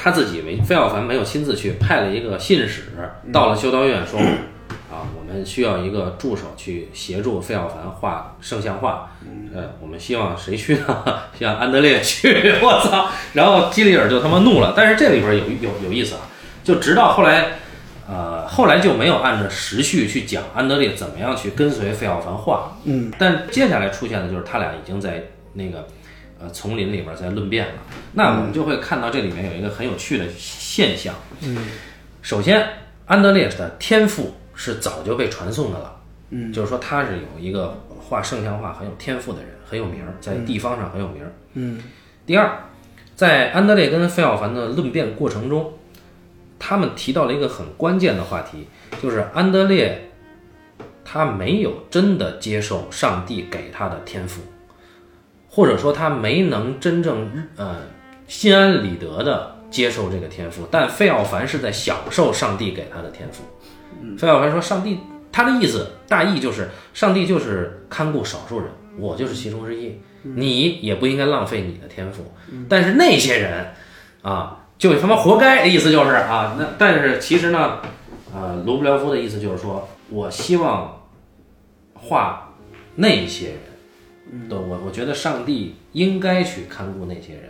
Speaker 2: 他自己没费奥凡没有亲自去，派了一个信使到了修道院说，啊，我们需要一个助手去协助费奥凡画圣像画。呃，我们希望谁去呢？ 希望安德烈去。 我操！然后基里尔就他妈怒了。但是这里边有有有意思啊，就直到后来，呃，后来就没有按照时序去讲安德烈怎么样去跟随费奥凡画。
Speaker 1: 嗯，
Speaker 2: 但接下来出现的就是他俩已经在那个呃丛林里边在论辩了。那
Speaker 1: 嗯
Speaker 2: 我们就会看到这里面有一个很有趣的现象。
Speaker 1: 嗯
Speaker 2: 首先，安德烈的天赋是早就被传颂的了，嗯，就是说他是有一个画圣像画很有天赋的人，很有名儿，在地方上很有名。
Speaker 1: 嗯，
Speaker 2: 第二，在安德烈跟费奥凡的论辩过程中，他们提到了一个很关键的话题，就是安德烈他没有真的接受上帝给他的天赋，或者说他没能真正呃心安理得的接受这个天赋，但费奥凡是在享受上帝给他的天赋。费奥凡说：“上帝，他的意思大意就是，上帝就是看顾少数人，我就是其中之一，你也不应该浪费你的天赋。但是那些人啊，就他妈活该，意思就是啊，那但是其实呢，呃，卢布廖夫的意思就是说，我希望画那些
Speaker 1: 嗯
Speaker 2: 人，对我我觉得上帝应该去看顾那些人。”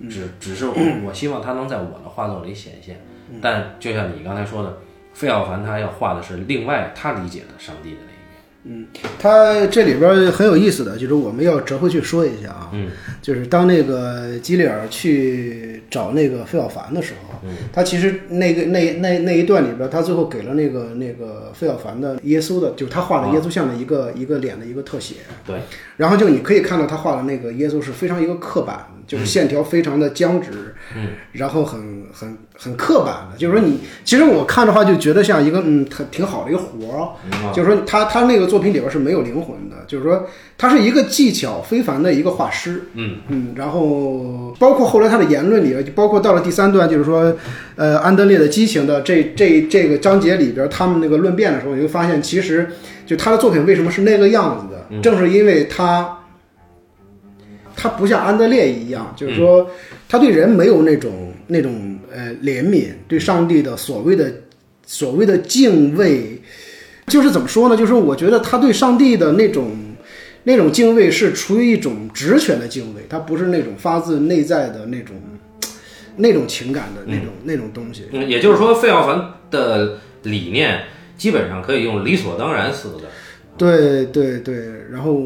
Speaker 1: 嗯
Speaker 2: 只只 是我我希望他能在我的画作里显现，
Speaker 1: 嗯
Speaker 2: 但就像你刚才说的，费奥凡他要画的是另外他理解的上帝的那一面。
Speaker 1: 他这里边儿很有意思的，就是我们要折回去说一下啊，嗯，就是当那个基里尔去找那个费小凡的时候，嗯，他其实那个那那那一段里边儿，他最后给了那个那个费小凡的耶稣的，就是他画的耶稣像的一个、一个脸的一个特写，
Speaker 2: 嗯对，
Speaker 1: 然后就你可以看到他画的那个耶稣是非常一个刻板，就是线条非常的僵直，嗯，然后很很很刻板的，就是说你其实我看的话就觉得像一个嗯挺挺好的一个活儿，就是说他他那个作品里边是没有灵魂的，就是说他是一个技巧非凡的一个画师，
Speaker 2: 嗯
Speaker 1: 嗯，然后包括后来他的言论里边，就包括到了第三段，就是说，呃，安德烈的激情的这这这个章节里边，他们那个论辩的时候，你会发现其实就他的作品为什么是那个样子的，的，正是因为他，他不像安德烈一样，就是说他对人没有那种那种呃怜悯，对上帝的所谓的所谓的敬畏，就是怎么说呢？就是我觉得他对上帝的那种。那种敬畏是出于一种职权的敬畏，他不是那种发自内在的那种、那种情感的那种、那种东西。
Speaker 2: 嗯，也就是说，费奥凡的理念基本上可以用“理所当然”四个字。
Speaker 1: 对对对，然后，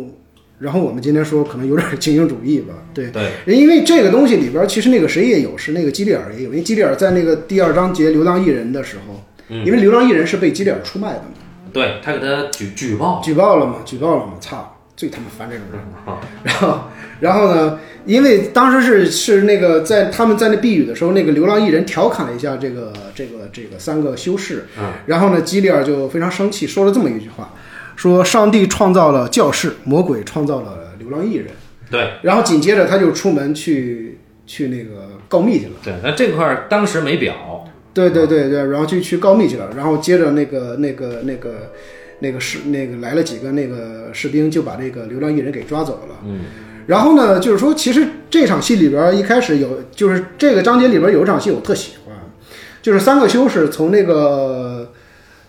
Speaker 1: 然后我们今天说可能有点儿 精英主义吧，对，
Speaker 2: 对，
Speaker 1: 因为这个东西里边儿其实那个谁也有，是那个基里尔也有，因为基里尔在那个第二章节流浪艺人的时候，因为流浪艺人是被基里尔出卖的嘛，
Speaker 2: 对他给他举举报，
Speaker 1: 举报了嘛，举报了嘛，操，最他妈烦这种人。
Speaker 2: 啊
Speaker 1: 然后，然后呢？因为当时是是那个在他们在那避雨的时候，那个流浪艺人调侃了一下这个这个这个三个修士，
Speaker 2: 嗯
Speaker 1: 然后呢，基里尔就非常生气，说了这么一句话，说上帝创造了教士，魔鬼创造了流浪艺人。
Speaker 2: 对
Speaker 1: 然后紧接着他就出门去去那个告密去了。
Speaker 2: 对，那这块儿当时没表，
Speaker 1: 对对对对，然后就去告密去了，然后接着那个那个那个那个士那个来了几个那个士兵，就把这个流浪艺人给抓走了。嗯，然后呢，就是说，其实这场戏里边儿一开始有，就是这个章节里边儿有一场戏我特喜欢，就是三个修士从那个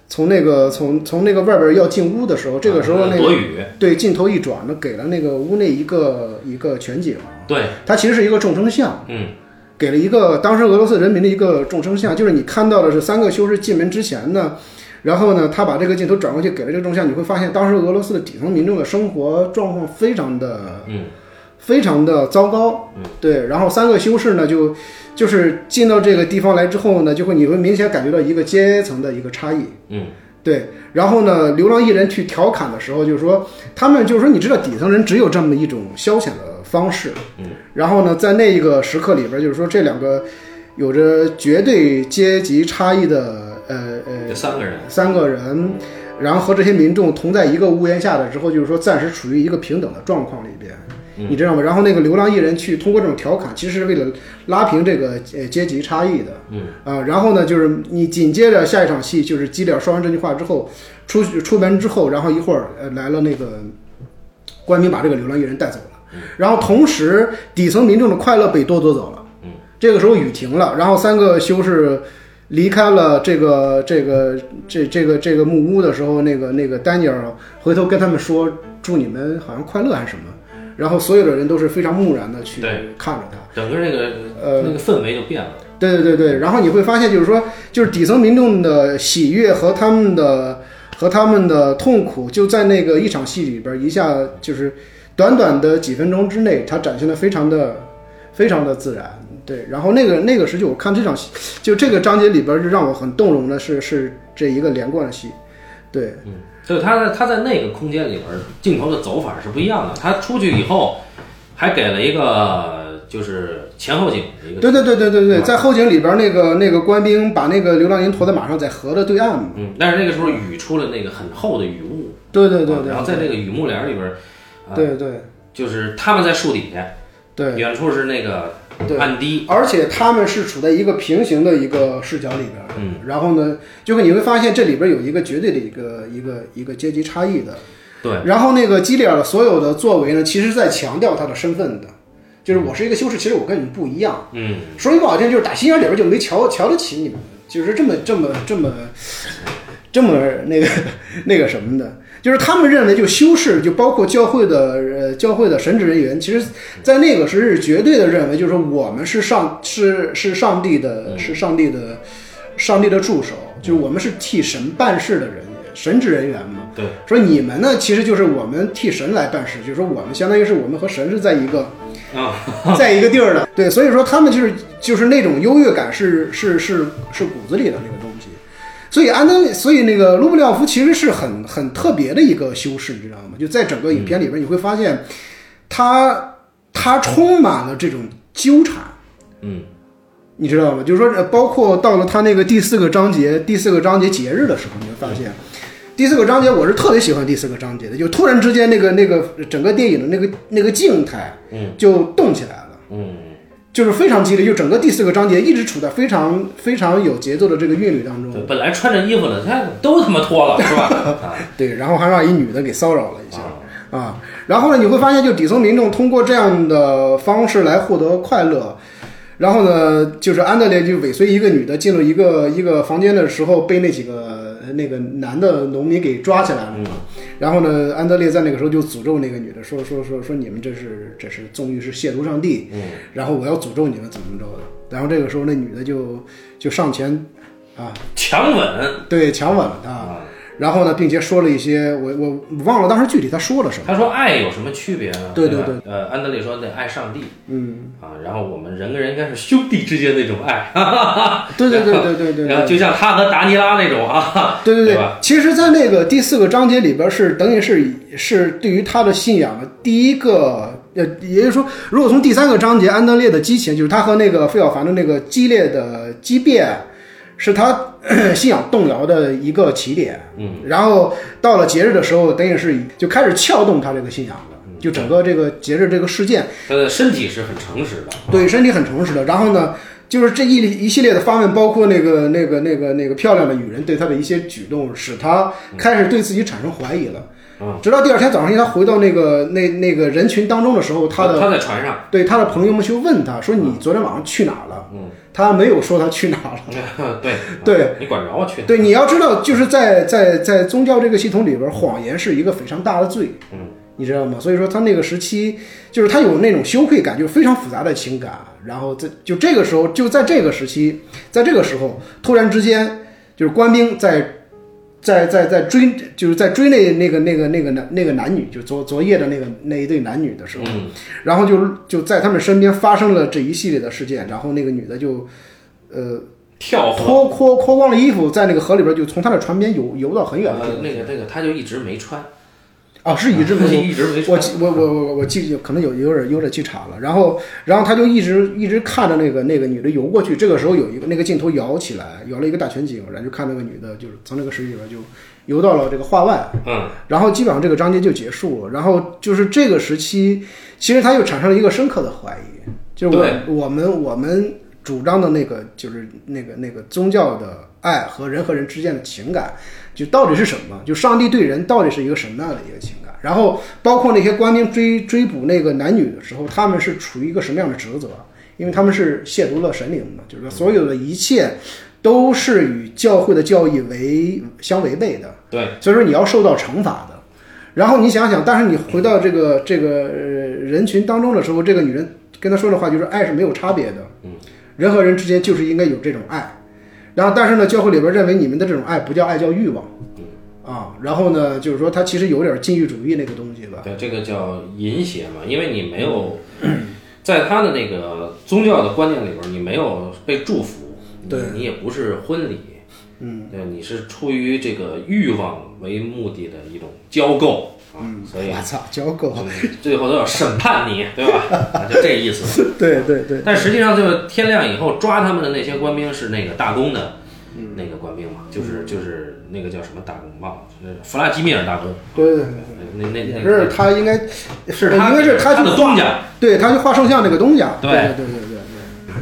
Speaker 1: 从那个从从那个外边儿要进屋的时候，这个时候
Speaker 2: 啊
Speaker 1: 那
Speaker 2: 躲
Speaker 1: 个
Speaker 2: 雨，
Speaker 1: 对镜头一转呢，给了那个屋内一个一个全景，
Speaker 2: 对，
Speaker 1: 它其实是一个众生相。
Speaker 2: 嗯，
Speaker 1: 给了一个当时俄罗斯人民的一个众生相，就是你看到的是三个修士进门之前呢，然后呢，他把这个镜头转过去给了这个众像，你会发现当时俄罗斯的底层民众的生活状况非常的，
Speaker 2: 嗯，
Speaker 1: 非常的糟糕，嗯，对，然后三个修士呢就就是进到这个地方来之后呢，就会你会明显感觉到一个阶层的一个差异，
Speaker 2: 嗯，
Speaker 1: 对，然后呢，流浪艺人去调侃的时候，就是说他们就是说，你知道底层人只有这么一种消遣的方式，
Speaker 2: 嗯，
Speaker 1: 然后呢，在那一个时刻里边，就是说这两个有着绝对阶级差异的呃
Speaker 2: 这
Speaker 1: 呃
Speaker 2: 三个人，
Speaker 1: 三个人，然后和这些民众同在一个屋檐下的之后，就是说暂时处于一个平等的状况里边，你知道吗？然后那个流浪艺人去通过这种调侃，其实是为了拉平这个呃阶级差异的。
Speaker 2: 嗯
Speaker 1: 啊，然后呢，就是你紧接着下一场戏就是基里尔说完这句话之后，出去出门之后，然后一会儿呃来了那个官兵把这个流浪艺人带走了，然后同时底层民众的快乐被夺夺走了。
Speaker 2: 嗯，
Speaker 1: 这个时候雨停了，然后三个修士。离开了这个这个这这个这个木屋的时候，那个那个丹尼尔回头跟他们说：“祝你们好像快乐还是什么。”然后所有的人都是非常木然的去
Speaker 2: 对
Speaker 1: 看着他。
Speaker 2: 整个那个、
Speaker 1: 呃
Speaker 2: 那个氛围就变了，
Speaker 1: 对对对对，然后你会发现，就是说，就是底层民众的喜悦和他们的和他们的痛苦，就在那个一场戏里边儿，一下就是短短的几分钟之内，它展现的非常的非常的自然。对，然后那个那个时期，我看这场戏，就这个章节里边儿，就让我很动容的是是这一个连贯的戏。对，
Speaker 2: 嗯，所以他在他在那个空间里边儿镜头的走法是不一样的，他出去以后还给了一个就是前后景的一个，
Speaker 1: 对对对对对对，在后景里边儿，那个那个官兵把那个流浪人驮在马上，在河的对岸嘛。
Speaker 2: 嗯，但是那个时候雨出了那个很厚的雨雾，
Speaker 1: 对对对
Speaker 2: 啊然后在
Speaker 1: 对，
Speaker 2: 那个雨幕帘里边儿，啊、
Speaker 1: 对对
Speaker 2: 就是他们在树底下，
Speaker 1: 对。
Speaker 2: 远处是那个
Speaker 1: 对
Speaker 2: 暗堤，
Speaker 1: 而且他们是处在一个平行的一个视角里边，
Speaker 2: 嗯，
Speaker 1: 然后呢，就会你会发现这里边有一个绝对的一个一个一个阶级差异的，
Speaker 2: 对，
Speaker 1: 然后那个基里尔的所有的作为呢，其实在强调他的身份的，就是我是一个修士，其实我跟你们不一样，
Speaker 2: 嗯，
Speaker 1: 说句不好听，就是打心眼里边就没瞧瞧得起你们，就是这么这么这么这么那个那个什么的，就是他们认为就修士，就包括教会的呃教会的神职人员，其实，在那个时日绝对的认为，就是说我们是上是是上帝的是上帝的上帝的助手，就是我们是替神办事的人员，神职人员嘛。
Speaker 2: 对，
Speaker 1: 说你们呢，其实就是我们替神来办事，就是说我们相当于是我们和神是在一个
Speaker 2: 啊，
Speaker 1: 在一个地儿的。对，所以说他们就是就是那种优越感是是是是骨子里的那个东西。所以安德烈，所以那个卢布廖夫其实是很很特别的一个修饰，你知道吗？就在整个影片里边，你会发现他他充满了这种纠缠。
Speaker 2: 嗯，
Speaker 1: 你知道吗？就是说，呃包括到了他那个第四个章节，第四个章节节日的时候，你会发现，第四个章节我是特别喜欢第四个章节的，就突然之间那个那个整个电影的那个那个静态，啊
Speaker 2: 嗯，
Speaker 1: 就动起来了。
Speaker 2: 嗯，
Speaker 1: 就是非常激烈，就整个第四个章节一直处在非常非常有节奏的这个韵律当中
Speaker 2: 对，，本来穿着衣服了，他都他妈脱了是吧？啊，
Speaker 1: 对，然后还让一女的给骚扰了一下，
Speaker 2: 啊
Speaker 1: 啊。然后呢，你会发现，就底层民众通过这样的方式来获得快乐。然后呢，就是安德烈就尾随一个女的进入一个一个房间的时候，被那几个那个男的农民给抓起来了。然后呢，安德烈在那个时候就诅咒那个女的，说说说说你们这是这是纵欲是亵渎上帝，
Speaker 2: 嗯
Speaker 1: 然后我要诅咒你们怎么着的。然后这个时候那女的就就上前啊，
Speaker 2: 强吻
Speaker 1: 对，强吻了他。
Speaker 2: 啊！
Speaker 1: 然后呢，并且说了一些我我忘了当时具体他说了什么。
Speaker 2: 他说爱有什么区别呢？
Speaker 1: 对
Speaker 2: 对
Speaker 1: 对
Speaker 2: 吧呃，安德烈说得爱上帝
Speaker 1: 嗯，
Speaker 2: 啊，然后我们人跟人应该是兄弟之间那种爱，哈哈哈
Speaker 1: 对对对对对对。
Speaker 2: 然后就像他和达尼拉那种啊，
Speaker 1: 对对
Speaker 2: 对
Speaker 1: 对，
Speaker 2: 吧
Speaker 1: 其实，在那个第四个章节里边是等于是以是对于他的信仰的第一个，呃，也就是说，如果从第三个章节安德烈的激情，就是他和那个费小凡的那个激烈的激辩，是他咳信仰动摇的一个起点。
Speaker 2: 嗯，
Speaker 1: 然后到了节日的时候，等于是以就开始撬动他这个信仰了，就整个这个节日这个事件。
Speaker 2: 他的呃身体是很诚实的。
Speaker 1: 对身体很诚实的。然后呢，就是这一一系列的发问，包括那个那个那个那个漂亮的女人对他的一些举动，使他开始对自己产生怀疑了。直到第二天早上，他回到那个那那个人群当中的时候，他的
Speaker 2: 他在船上，
Speaker 1: 对他的朋友们去问他说：“你昨天晚上去哪儿了？”他没有说他去哪儿了。
Speaker 2: 呃对啊
Speaker 1: 对，
Speaker 2: 你管着我去。
Speaker 1: 对，你要知道，就是在在在宗教这个系统里边，谎言是一个非常大的罪，
Speaker 2: 嗯，
Speaker 1: 你知道吗？所以说他那个时期，就是他有那种羞愧感，就是非常复杂的情感。然后在就这个时候，就在这个时期，在这个时候，突然之间，就是官兵在在在在追，就是在追那那个那个那个男那个男女，就昨昨夜的那个那一对男女的时候，
Speaker 2: 嗯，
Speaker 1: 然后就就在他们身边发生了这一系列的事件，然后那个女的就，呃，
Speaker 2: 跳河。
Speaker 1: 脱脱脱光了衣服，在那个河里边就从他的船边游游到很远的地
Speaker 2: 呃
Speaker 1: 方。
Speaker 2: 那个那个，他就一直没穿，
Speaker 1: 啊，是一直
Speaker 2: 他
Speaker 1: 没
Speaker 2: 就
Speaker 1: 有。
Speaker 2: 一直没
Speaker 1: 我
Speaker 2: 穿。
Speaker 1: 记我我我我记可能有有点有点记岔了，然后然后他就一直一直看着那个那个女的游过去，这个时候有一个那个镜头摇起来，摇了一个大全景，然后就看那个女的就是从那个水里边就游到了这个画外，
Speaker 2: 嗯，
Speaker 1: 然后基本上这个章节就结束了。然后就是这个时期，其实他又产生了一个深刻的怀疑，就是我
Speaker 2: 对
Speaker 1: 我们我们主张的那个就是那个那个宗教的爱和人和人之间的情感，就到底是什么？就上帝对人到底是一个什么样的一个情感？然后包括那些官兵追追捕那个男女的时候，他们是处于一个什么样的职责？因为他们是亵渎了神灵嘛，就是说所有的一切都是与教会的教义为相违背的。
Speaker 2: 对，
Speaker 1: 所以说你要受到惩罚的。然后你想想，但是你回到这个这个呃人群当中的时候，这个女人跟他说的话就是爱是没有差别的，嗯，人和人之间就是应该有这种爱。然后但是呢，教会里边认为你们的这种爱不叫爱，叫欲望，啊，然后呢，就是说他其实有点禁欲主义那个东西吧，
Speaker 2: 对，这个叫淫邪嘛，因为你没有在他的那个宗教的观念里边，你没有被祝福，你
Speaker 1: 对
Speaker 2: 你也不是婚礼，嗯，对，你是出于这个欲望为目的的一种交购啊，所以
Speaker 1: 我操，教狗，
Speaker 2: 最后都要审判你，对吧？ 啊就这意思。
Speaker 1: 对对对，
Speaker 2: 但实际上，就是天亮以后抓他们的那些官兵是那个大公的，
Speaker 1: 嗯
Speaker 2: 那个官兵嘛，就是就是那个叫什么大公忘了，就是弗拉基米尔大公，
Speaker 1: 对对
Speaker 2: 那那
Speaker 1: 对，嗯也
Speaker 2: 那
Speaker 1: 是
Speaker 2: 个
Speaker 1: 他应该呃
Speaker 2: 是
Speaker 1: 应该是
Speaker 2: 他
Speaker 1: 去
Speaker 2: 的东家，
Speaker 1: 对他去画圣像这个东西啊，
Speaker 2: 对
Speaker 1: 对对对对对。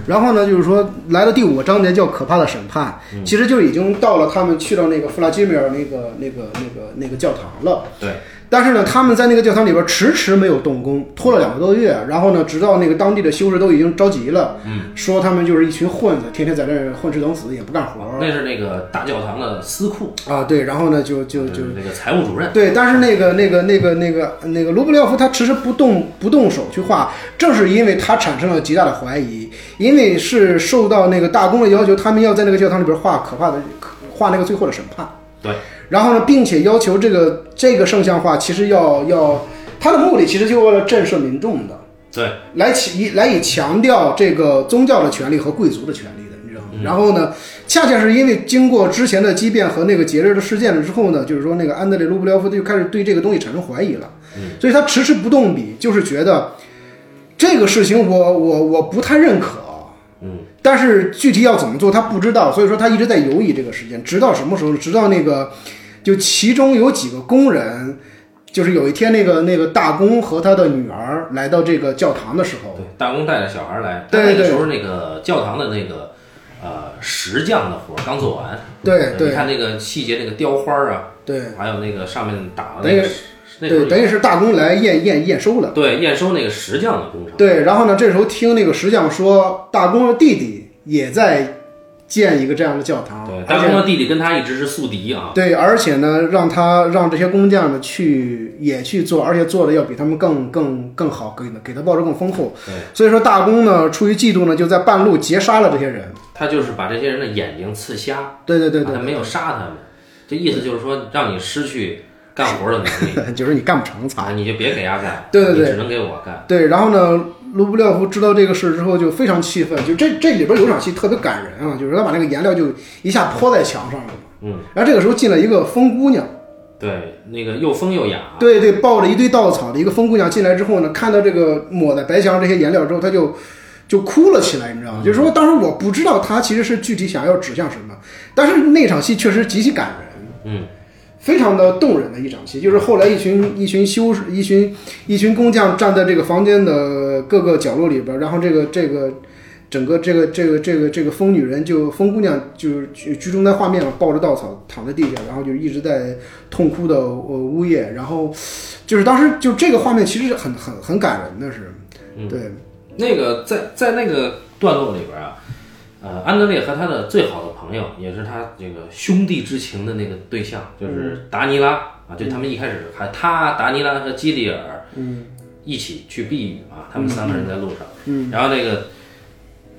Speaker 1: 然后呢，就是说来到第五个章节叫可怕的审判，
Speaker 2: 嗯
Speaker 1: 其实就已经到了他们去到那个弗拉基米尔那个那个那个那个教堂了。
Speaker 2: 对，
Speaker 1: 但是呢，他们在那个教堂里边迟迟没有动工，拖了两个多月。然后呢，直到那个当地的修士都已经着急了，
Speaker 2: 嗯
Speaker 1: 说他们就是一群混子，天天在这儿混吃等死，也不干活儿
Speaker 2: 那是那个大教堂的司库，
Speaker 1: 啊。对，然后呢，就就就
Speaker 2: 那个财务主任，
Speaker 1: 对，但是那个那个那个那个那个罗布廖夫他迟迟不动不动手去画，正是因为他产生了极大的怀疑，因为是受到那个大公的要求，他们要在那个教堂里边画可怕的可画那个最后的审判。
Speaker 2: 对，
Speaker 1: 然后呢，并且要求这个这个圣像画其实要要，他的目的其实就是为了震慑民众的，
Speaker 2: 对，
Speaker 1: 来起以来以强调这个宗教的权利和贵族的权利的，你知道吗？然后呢，恰恰是因为经过之前的激辩和那个节日的事件了之后呢，就是说那个安德烈·卢布廖夫就开始对这个东西产生怀疑了，所以他迟迟不动笔，就是觉得这个事情我我我不太认可。
Speaker 2: 嗯，
Speaker 1: 但是具体要怎么做他不知道，所以说他一直在犹疑这个事件，直到什么时候呢？直到那个，就其中有几个工人，就是有一天那个那个大公和他的女儿来到这个教堂的时候，
Speaker 2: 对，大公带着小孩来，
Speaker 1: 哦对
Speaker 2: 他那个
Speaker 1: 对
Speaker 2: 时候那个教堂的那个呃石匠的活儿刚做完，呃
Speaker 1: 对
Speaker 2: 你
Speaker 1: 对
Speaker 2: 看那个细节，那个雕花儿啊，
Speaker 1: 对
Speaker 2: 还有那个上面打的
Speaker 1: 那个
Speaker 2: 石那时
Speaker 1: 对，等于是大公来验验验收了。
Speaker 2: 候对验收那个石匠的工厂，
Speaker 1: 对，然后呢，这时候听那个石匠说，大公的弟弟也在建一个这样的教堂
Speaker 2: 对，，
Speaker 1: 哦而
Speaker 2: 大
Speaker 1: 且
Speaker 2: 公的弟弟跟他一直是宿敌啊，
Speaker 1: 对，而且呢，让他让这些工匠呢去也去做，而且做的要比他们更更更好，给给他报酬更丰厚。
Speaker 2: 对，
Speaker 1: 所以说，大公呢出于嫉妒呢，就在半路截杀了这些人。
Speaker 2: 他就是把这些人的眼睛刺瞎，
Speaker 1: 对对对
Speaker 2: 他没有杀他们，这意思就是说让你失去干活的能力，
Speaker 1: 对，就是你干不成才。
Speaker 2: 啊，你就别给他干，
Speaker 1: 对对对
Speaker 2: 你只能给我干，
Speaker 1: 对，然后呢，卢布廖夫知道这个事之后就非常气愤，就这这里边有场戏特别感人啊，就是他把那个颜料就一下泼在墙上了。
Speaker 2: 嗯，
Speaker 1: 然后这个时候进来一个疯姑娘，
Speaker 2: 对，那个又疯又哑，
Speaker 1: 对对，抱着一堆稻草的一个疯姑娘进来之后呢，看到这个抹在白墙上这些颜料之后，她就就哭了起来，你知道吗？就是说当时我不知道她其实是具体想要指向什么，但是那场戏确实极其感人。
Speaker 2: 嗯，
Speaker 1: 非常的动人的一场戏，就是后来一群一群修士、一群一群工匠站在这个房间的各个角落里边儿，然后这个这个整个这个这个这个这个疯女人就疯姑娘就是居居中在画面上抱着稻草躺在地下，然后就一直在痛哭的呃呜咽，然后就是当时就这个画面其实很很很感人的是，
Speaker 2: 嗯
Speaker 1: 对
Speaker 2: 那个在在那个段落里边啊，呃，安德烈和他的最好的朋友，也是他这个兄弟之情的那个对象，
Speaker 1: 嗯
Speaker 2: 就是达尼拉啊，就他们一开始还他达尼拉和基里尔，嗯，一起去避雨啊，他们三个人在路上，嗯，然后这个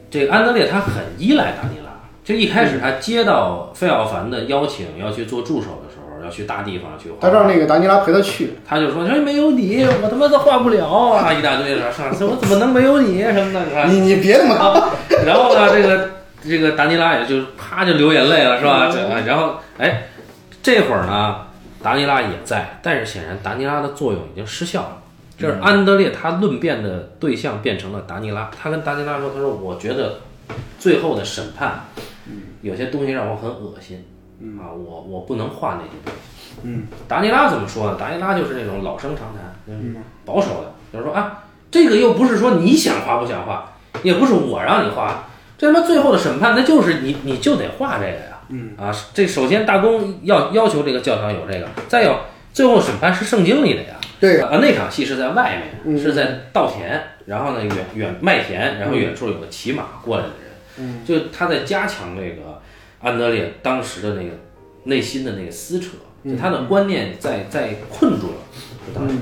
Speaker 2: 这个安德烈他很依赖达尼拉，就一开
Speaker 1: 嗯
Speaker 2: 始他接到费奥凡的邀请要去做助手的时候，要去大地方去
Speaker 1: 他让那个达尼拉陪他去，
Speaker 2: 他就说：“哎，没有你，我他妈都画不了啊！”一大堆的上，说我怎么能没有你什么的？你看，
Speaker 1: 你你别他妈
Speaker 2: 然后呢，这个这个达尼拉也就啪就流眼泪了，是吧？这然后哎，这会儿呢，达尼拉也在，但是显然达尼拉的作用已经失效了。就是安德烈他论辩的对象变成了达尼拉，他跟达尼拉说：“他说我觉得最后的审判，有些东西让我很恶心。”啊，我我不能画那些东西。嗯，达尼拉怎么说呢？达尼拉就是那种老生常谈，嗯，保守的，就是说啊，这个又不是说你想画不想画，也不是我让你画，这他妈最后的审判，那就是你你就得画这个呀。嗯啊，这首先大公要要求这个教堂有这个，再有最后审判是圣经里的呀。
Speaker 1: 对
Speaker 2: 啊，那场戏是在外面，是在稻田，然后呢远远麦田，然后远处有个骑马过来的人，嗯，就他在加强这个安德烈当时的那个内心的那个撕扯，就他的观念在在困住了，就当时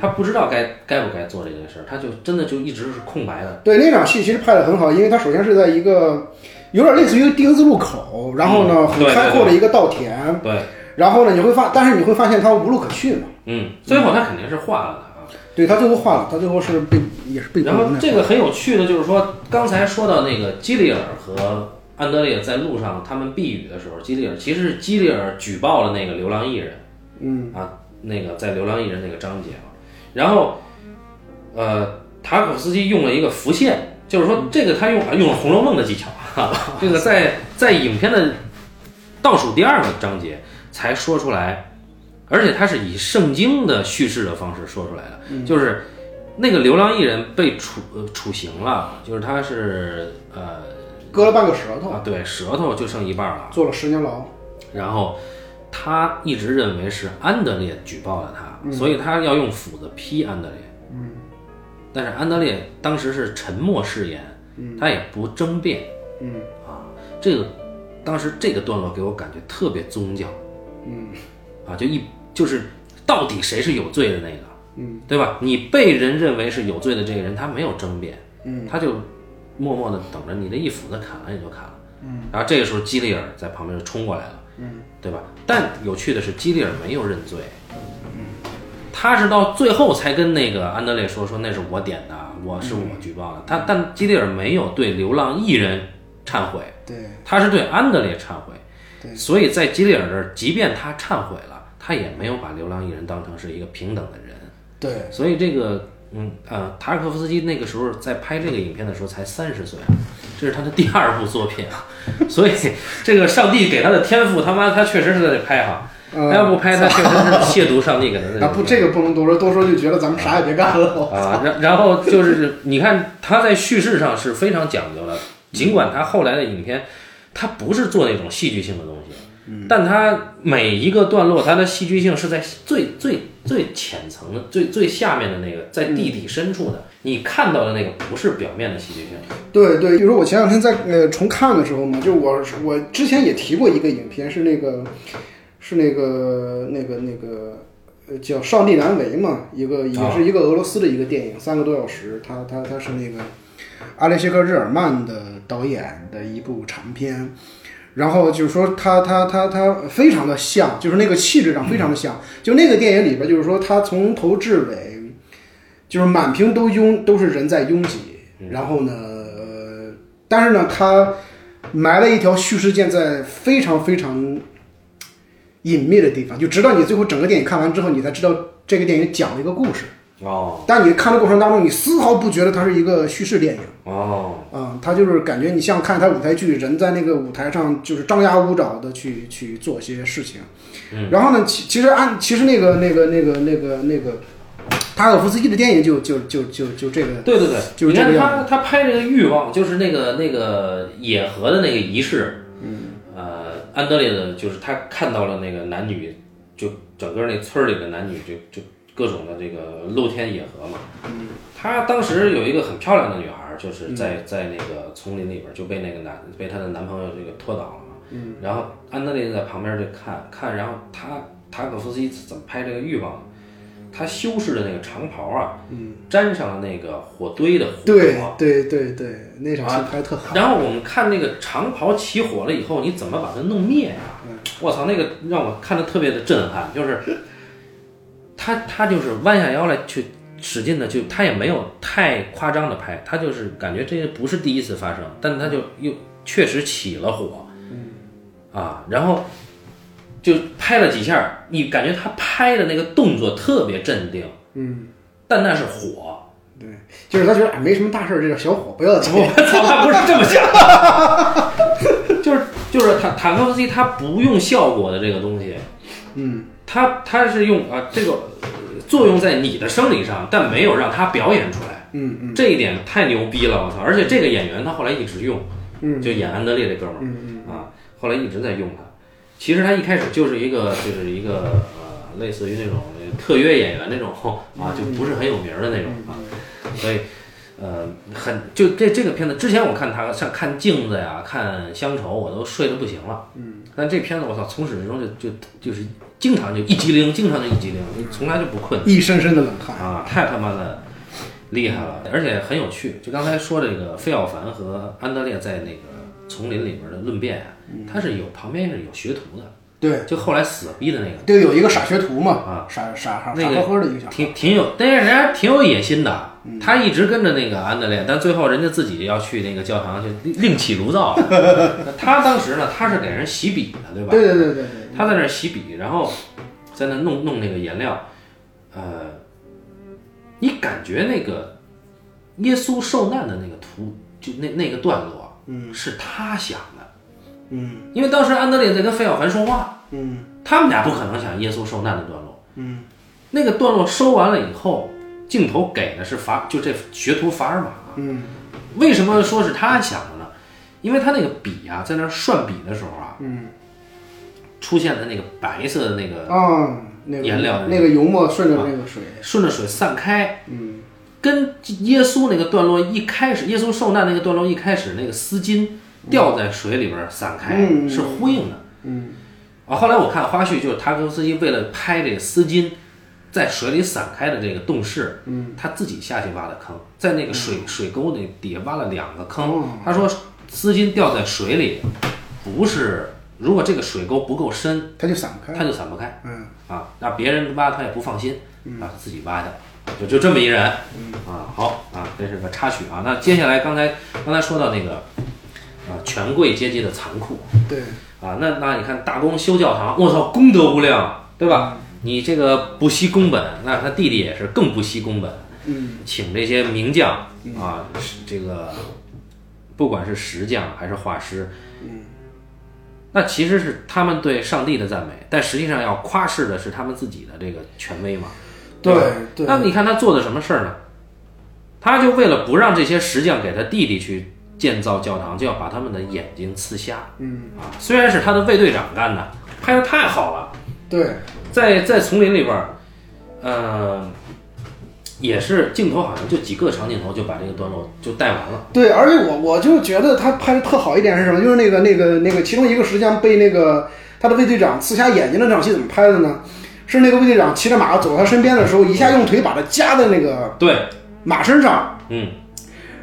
Speaker 2: 他不知道该该不该做这件事儿，他就真的就一直是空白的。
Speaker 1: 对那场戏其实拍的很好，因为它首先是在一个有点类似于丁字路口，然后呢
Speaker 2: 嗯
Speaker 1: 很
Speaker 2: 对对
Speaker 1: 开阔的一个稻田，
Speaker 2: 对，
Speaker 1: 然后呢你会发，但是你会发现它无路可去嘛。
Speaker 2: 嗯，最后他肯定是画了的啊。
Speaker 1: 对，它最后换了，它最后是被也是被
Speaker 2: 然后
Speaker 1: 迫无奈
Speaker 2: 这个很有趣的就是说，刚才说到那个基里尔和安德烈在路上他们避雨的时候，基里尔其实是基里尔举报了那个流浪艺人，嗯啊，那个在流浪艺人那个章节啊，然后呃，塔可夫斯基用了一个浮现，就是说这个他用啊用了《红楼梦》的技巧，哈， 这个在在影片的倒数第二个章节才说出来，而且他是以圣经的叙事的方式说出来
Speaker 1: 嗯
Speaker 2: 的，就是。那个流浪艺人被处呃处刑了，就是他是呃
Speaker 1: 割了半个舌头，
Speaker 2: 啊对，舌头就剩一半了。
Speaker 1: 坐了十年牢。
Speaker 2: 然后他一直认为是安德烈举报了他，所以他要用斧子劈安德烈。嗯，但是安德烈当时是沉默誓言，他也不争辩。嗯啊，这个当时这个段落给我感觉特别宗教。嗯，啊，就一就是到底谁是有罪的那个，嗯，对吧？你被人认为是有罪的这个人，他没有争辩，嗯，他就默默的等着你这一斧子砍了你就砍了，嗯，然后这个时候基里尔在旁边就冲过来了，嗯，对吧？但有趣的是，基里尔没有认罪，嗯他是到最后才跟那个安德烈说说那是我点的，我是我举报的，他但基里尔没有对流浪艺人忏悔，
Speaker 1: 对，
Speaker 2: 他是对安德烈忏悔，
Speaker 1: 对
Speaker 2: 所以在基里尔这儿，即便他忏悔了，他也没有把流浪艺人当成是一个平等的人，
Speaker 1: 对，
Speaker 2: 所以这个，嗯呃，塔尔科夫斯基那个时候在拍这个影片的时候才三十岁啊，这是他的第二部作品啊，所以这个上帝给他的天赋，他妈他确实是在拍哈，
Speaker 1: 嗯
Speaker 2: 他要不拍他确实是亵渎上帝给他的
Speaker 1: 啊不，这个不能多说，多说就觉得咱们啥也别干了。
Speaker 2: 啊，然然后就是你看他在叙事上是非常讲究的，尽管他后来的影片，他不是做那种戏剧性的东西，但他每一个段落他的戏剧性是在最最最浅层的、最最下面的那个，在地底深处的，你看到的那个不是表面的戏剧性。
Speaker 1: 对对，就是我前两天在呃重看的时候嘛，就我我之前也提过一个影片，是那个是那个那个那个呃叫《上帝难为》嘛，一个也
Speaker 2: 啊
Speaker 1: 是一个俄罗斯的一个电影，三个多小时，他他他是那个阿列谢克日耳曼的导演的一部长片。然后就是说他，他他他非常的像，就是那个气质上非常的像。就那个电影里边，就是说他从头至尾，就是满屏都拥都是人在拥挤。然后呢，呃，但是呢，他埋了一条叙事线在非常非常隐秘的地方，就直到你最后整个电影看完之后，你才知道这个电影讲了一个故事。
Speaker 2: 哦
Speaker 1: 但你看的过程当中，你丝毫不觉得它是一个叙事电影。
Speaker 2: 哦，
Speaker 1: 嗯，他就是感觉你像看他舞台剧，人在那个舞台上就是张牙舞爪的去去做一些事情。
Speaker 2: 嗯
Speaker 1: 然后呢，其其实按其实那个那个那个那个那个塔可夫斯基的电影就就就就就这个
Speaker 2: 对对对，
Speaker 1: 就是
Speaker 2: 你
Speaker 1: 这个
Speaker 2: 看
Speaker 1: 样
Speaker 2: 他他拍这个欲望，就是那个那个野河的那个仪式，嗯，呃，安德烈的就是他看到了那个男女，就整个那村儿里的男女就就各种的这个露天野河嘛，嗯，他当时有一个很漂亮的女孩儿，就是在、在那个丛林里边儿就被那个男被她的男朋友这个拖倒了嘛，嗯，然后安德烈在旁边就看看，然后他塔可夫斯基怎么拍这个欲望的？他修饰的那个长袍啊，嗯，沾上了那个火堆的火，
Speaker 1: 对对对对，那场戏拍得特好。
Speaker 2: 然后我们看那个长袍起火了以后，你怎么把它弄灭呀、
Speaker 1: 嗯
Speaker 2: 我操，那个让我看的特别的震撼，就是他他就是弯下腰来去使劲的去，他也没有太夸张的拍，他就是感觉这个不是第一次发生，但他就又确实起了火，
Speaker 1: 嗯
Speaker 2: 啊，然后就拍了几下，你感觉他拍的那个动作特别镇定，嗯，但那是火，
Speaker 1: 对，就是他觉得哎没什么大事儿，这叫小火不要紧。
Speaker 2: 我操，不是这么想， 就是就是塔塔科夫斯基他不用效果的这个东西，嗯，他他是用啊这个呃作用在你的生理上，但没有让他表演出来，
Speaker 1: 嗯嗯
Speaker 2: 这一点太牛逼了，我操！而且这个演员他后来一直用，
Speaker 1: 嗯
Speaker 2: 就演安德烈这哥们儿、
Speaker 1: 嗯
Speaker 2: 啊，后来一直在用他。其实他一开始就是一个就是一个呃类似于那种特约演员那种啊，就不是很有名儿的那种
Speaker 1: 嗯
Speaker 2: 啊，所以呃很就这这个片子之前我看他像看镜子呀、看乡愁，我都睡得不行了。嗯，但这片子我操，从始至终就就就是经常就一激灵，经常就一激灵，就从来就不困。
Speaker 1: 嗯，一身身的冷汗。
Speaker 2: 啊，太他妈的厉害了，而且很有趣。就刚才说这个费奥凡和安德烈在那个丛林里边的论辩啊，他是有旁边是有学徒的，
Speaker 1: 对，
Speaker 2: 就后来死逼的那个，
Speaker 1: 对，有一个傻学徒嘛，
Speaker 2: 啊
Speaker 1: 傻傻傻
Speaker 2: 那
Speaker 1: 傻
Speaker 2: 个
Speaker 1: 呵呵的一个小孩。
Speaker 2: 挺挺有，但是人家挺有野心的。
Speaker 1: 嗯
Speaker 2: 他一直跟着那个安德烈，但最后人家自己要去那个教堂去另另起炉灶。 那他当时呢，他是给人洗笔的，对吧？
Speaker 1: 对对对对对，
Speaker 2: 他在那儿洗笔，然后在那弄弄那个颜料，呃，你感觉那个耶稣受难的那个图，就那那个段落，嗯，是他想的，
Speaker 1: 嗯
Speaker 2: 因为当时安德烈在跟费小凡说话，
Speaker 1: 嗯
Speaker 2: 他们俩不可能想耶稣受难的段落，
Speaker 1: 嗯，
Speaker 2: 那个段落收完了以后，镜头给的是法，就这学徒法尔玛，
Speaker 1: 嗯，
Speaker 2: 为什么说是他想的呢？因为他那个笔啊，在那儿涮笔的时候啊，
Speaker 1: 嗯，
Speaker 2: 出现的那个白色的那个
Speaker 1: 啊，那个
Speaker 2: 颜料的那啊
Speaker 1: 那个油墨顺着那个水，
Speaker 2: 顺着水散开，
Speaker 1: 嗯
Speaker 2: 跟耶稣那个段落一开始，耶稣受难那个段落一开始，那个丝巾掉在水里边儿散开、
Speaker 1: 嗯
Speaker 2: 是呼应的。
Speaker 1: 嗯
Speaker 2: 啊，后来我看花絮，就是塔可夫斯基为了拍这个丝巾在水里散开的这个动势，嗯，他自己下去挖的坑，在那个水、
Speaker 1: 嗯
Speaker 2: 水沟那底下挖了两个坑。他说丝巾掉在水里，不是如果这个水沟不够深，
Speaker 1: 它就散不开。
Speaker 2: 它就散不开。
Speaker 1: 嗯，
Speaker 2: 啊，那别人挖他也不放心，啊，自己挖的，就就这么一人，
Speaker 1: 嗯
Speaker 2: 啊，好啊，这是个插曲啊。那接下来刚才刚才说到那个，啊，权贵阶级的残酷
Speaker 1: 对，
Speaker 2: 啊，那那你看大公修教堂，我操，功德无量，对吧？
Speaker 1: 嗯
Speaker 2: 你这个不惜工本，那他弟弟也是更不惜工本，
Speaker 1: 嗯
Speaker 2: 请这些名将啊，是这个不管是石匠还是画师，
Speaker 1: 嗯，
Speaker 2: 那其实是他们对上帝的赞美，但实际上要夸饰的是他们自己的这个权威嘛。
Speaker 1: 对
Speaker 2: 吧
Speaker 1: 对
Speaker 2: 那你看他做的什么事儿呢？他就为了不让这些石匠给他弟弟去建造教堂，就要把他们的眼睛刺瞎
Speaker 1: 嗯
Speaker 2: 啊！虽然是他的卫队长干的，拍的太好了，
Speaker 1: 对，
Speaker 2: 在在丛林里边儿，呃，也是镜头好像就几个长镜头就把这个段落就带完了。
Speaker 1: 对，而且我我就觉得他拍的特好一点是什么？就是那个那个那个，其中一个实际上被那个他的卫队长刺瞎眼睛的那场戏怎么拍的呢？是那个卫队长骑着马走到他身边的时候，一下用腿把他夹在那个
Speaker 2: 对，
Speaker 1: 马身上，
Speaker 2: 嗯，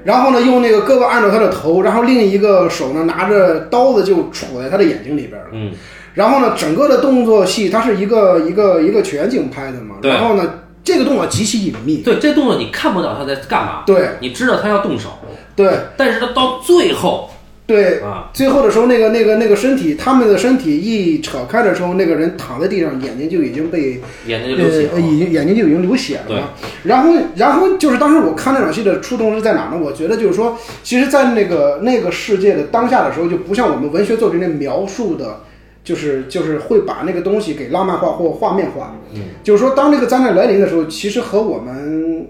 Speaker 1: 然后呢用那个胳膊按住他的头，然后另一个手呢拿着刀子就杵在他的眼睛里边了。
Speaker 2: 嗯，
Speaker 1: 然后呢，整个的动作戏它是一个一个一个全景拍的嘛，
Speaker 2: 对
Speaker 1: 然后呢，这个动作极其隐秘。
Speaker 2: 对，这动作你看不到他在干嘛，
Speaker 1: 对
Speaker 2: 你知道他要动手，
Speaker 1: 对
Speaker 2: 但是他到最后
Speaker 1: 对，
Speaker 2: 啊，
Speaker 1: 最后的时候，那个那个那个身体，他们的身体一扯开的时候，那个人躺在地上，眼睛就已经被
Speaker 2: 眼睛就流血
Speaker 1: 呃，
Speaker 2: 了。
Speaker 1: 已经眼睛就已经流血了嘛。然后，然后就是当时我看那场戏的触动是在哪呢？我觉得就是说，其实，在那个那个世界的当下的时候，就不像我们文学作品里描述的，就是就是会把那个东西给浪漫化或画面化。
Speaker 2: 嗯，
Speaker 1: 就是说，当这个灾难来临的时候，其实和我们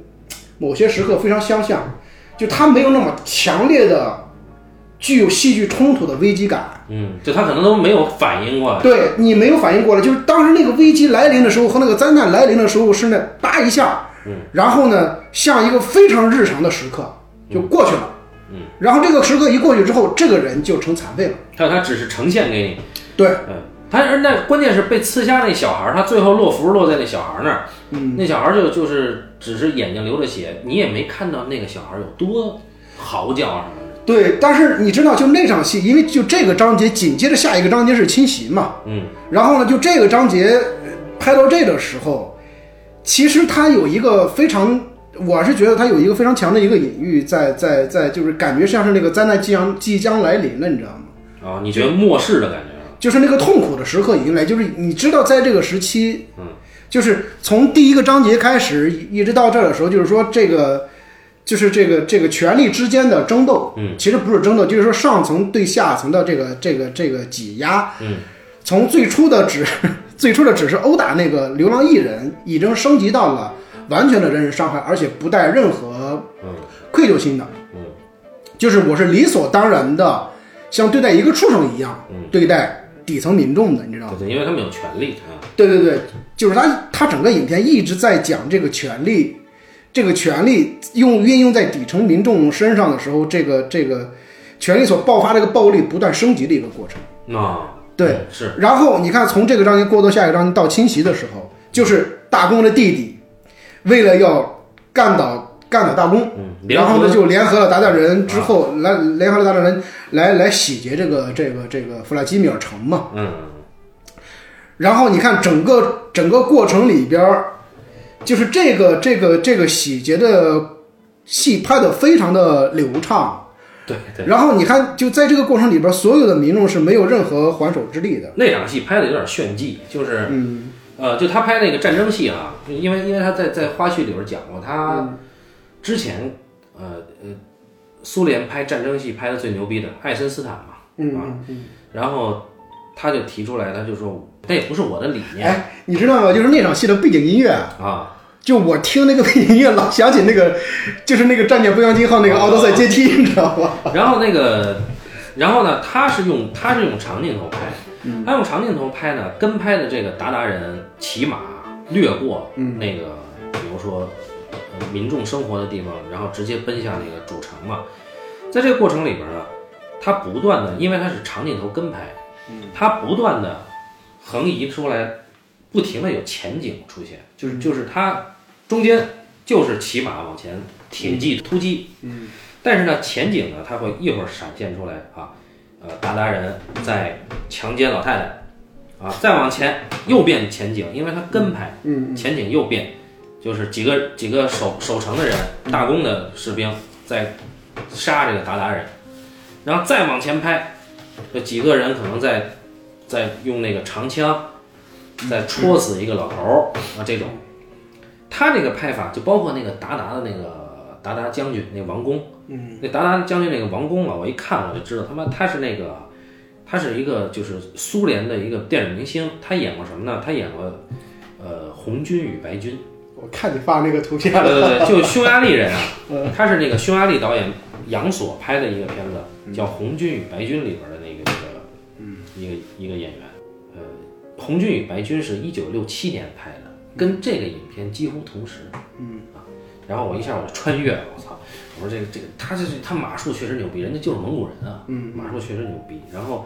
Speaker 1: 某些时刻非常相像，就它没有那么强烈的具有戏剧冲突的危机感。
Speaker 2: 嗯，就他可能都没有反应过来。
Speaker 1: 对你没有反应过来，就是当时那个危机来临的时候和那个灾难来临的时候是那叭一下，
Speaker 2: 嗯，
Speaker 1: 然后呢，像一个非常日常的时刻就过去了，
Speaker 2: 嗯，
Speaker 1: 然后这个时刻一过去之后，这个人就成残废了，
Speaker 2: 还有他只是呈现给你，
Speaker 1: 对，
Speaker 2: 嗯，他而那关键是被刺瞎那小孩儿，他最后落符落在那小孩儿那儿，
Speaker 1: 嗯，
Speaker 2: 那小孩儿就就是只是眼睛流着血，你也没看到那个小孩儿有多嚎叫什么的，
Speaker 1: 对，但是你知道，就那场戏，因为就这个章节紧接着下一个章节是侵袭嘛，
Speaker 2: 嗯，
Speaker 1: 然后呢，就这个章节呃拍到这的时候，其实它有一个非常，我是觉得它有一个非常强的一个隐喻在，在在就是感觉像是那个灾难即将即将来临了，你知道吗？
Speaker 2: 啊、你觉得末世的感觉啊，
Speaker 1: 就是那个痛苦的时刻已经来，就是你知道，在这个时期，
Speaker 2: 嗯，
Speaker 1: 就是从第一个章节开始一直到这儿的时候，就是说这个。就是这个这个权力之间的争斗，
Speaker 2: 嗯，
Speaker 1: 其实不是争斗，就是说上层对下层的这个这个这个挤压，
Speaker 2: 嗯，
Speaker 1: 从最初的只 最初的只是殴打那个流浪艺人，已经升级到了完全的人身伤害，而且不带任何
Speaker 2: 嗯
Speaker 1: 愧疚心的，
Speaker 2: 嗯，
Speaker 1: 就是我是理所当然的，像对待一个畜生一样、
Speaker 2: 嗯
Speaker 1: 对待底层民众的，你知道吗？
Speaker 2: 对对，因为他们有权利啊，
Speaker 1: 对对对，就是他他整个影片一直在讲这个权利，这个权利用运用在底层民众身上的时候，这个这个权利所爆发这个暴力不断升级的一个过程。
Speaker 2: 那、
Speaker 1: 对，
Speaker 2: 啊是，
Speaker 1: 然后你看，从这个章节过渡下一个章节到侵袭的时候，就是大公的弟弟为了要干倒干倒大公，
Speaker 2: 嗯，
Speaker 1: 然后呢
Speaker 2: 联合
Speaker 1: 就联合了鞑靼人，之后来联合了鞑靼人来来洗劫这个这个这个弗拉基米尔城嘛。
Speaker 2: 嗯，
Speaker 1: 然后你看整个整个过程里边儿，就是这个这个这个洗劫的戏拍的非常的流畅。
Speaker 2: 对对，
Speaker 1: 然后你看，就在这个过程里边儿，所有的民众是没有任何还手之力的。
Speaker 2: 那场戏拍的有点炫技，就是，
Speaker 1: 嗯
Speaker 2: 呃，就他拍那个战争戏啊，就因为因为他在在花絮里边讲过，
Speaker 1: 嗯
Speaker 2: 他之前呃呃，苏联拍战争戏拍的最牛逼的爱森斯坦嘛，
Speaker 1: 嗯
Speaker 2: 啊，
Speaker 1: 嗯嗯
Speaker 2: 然后他就提出来，他就说那也不是我的理念
Speaker 1: 哎，你知道吗？就是那场戏的背景音乐啊，
Speaker 2: 啊，
Speaker 1: 就我听那个背景音乐，老想起那个，就是那个战舰飞扬机号那个奥德赛阶梯，你知道吗？
Speaker 2: 然后那个，然后呢，他是用他是用长镜头拍，他用长镜头拍呢，跟拍的这个鞑靼人骑马掠过那个，比如说、呃民众生活的地方，然后直接奔向那个主城嘛。在这个过程里边呢，他不断的，因为他是长镜头跟拍，他不断的横移出来，不停的有前景出现，就是就是他中间就是骑马往前铁骑突击。但是呢，前景呢，它会一会儿闪现出来啊，呃，鞑靼人在强奸老太太，啊，再往前又变前景，因为它跟拍，
Speaker 1: 嗯，
Speaker 2: 前景又变，就是几个几个守守城的人，
Speaker 1: 嗯
Speaker 2: 大公的士兵在杀这个鞑靼人，然后再往前拍，这几个人可能在在用那个长枪在戳死一个老头儿啊，这种，他这个拍法就包括那个达达的那个达达将军那个王宫。那达达将军那个王宫啊，我一看我就知道，他妈他是那个，他是一个就是苏联的一个电影明星，他演过什么呢？他演过呃《红军与白军
Speaker 1: 我看你发那个图》，
Speaker 2: 对
Speaker 1: 片了，
Speaker 2: 对对，就匈牙利人啊，他是那个匈牙利导演杨索拍的一个片子，叫《红军与白军》里边的那个嗯那个一个一个演员，呃，《红军与白军》是一九六七年拍的，跟这个影片几乎同时，嗯啊，然后我一下我就穿越，我操！我说这个这个他这他马术确实牛逼，人家就是蒙古人啊，嗯，马术确实牛逼。然后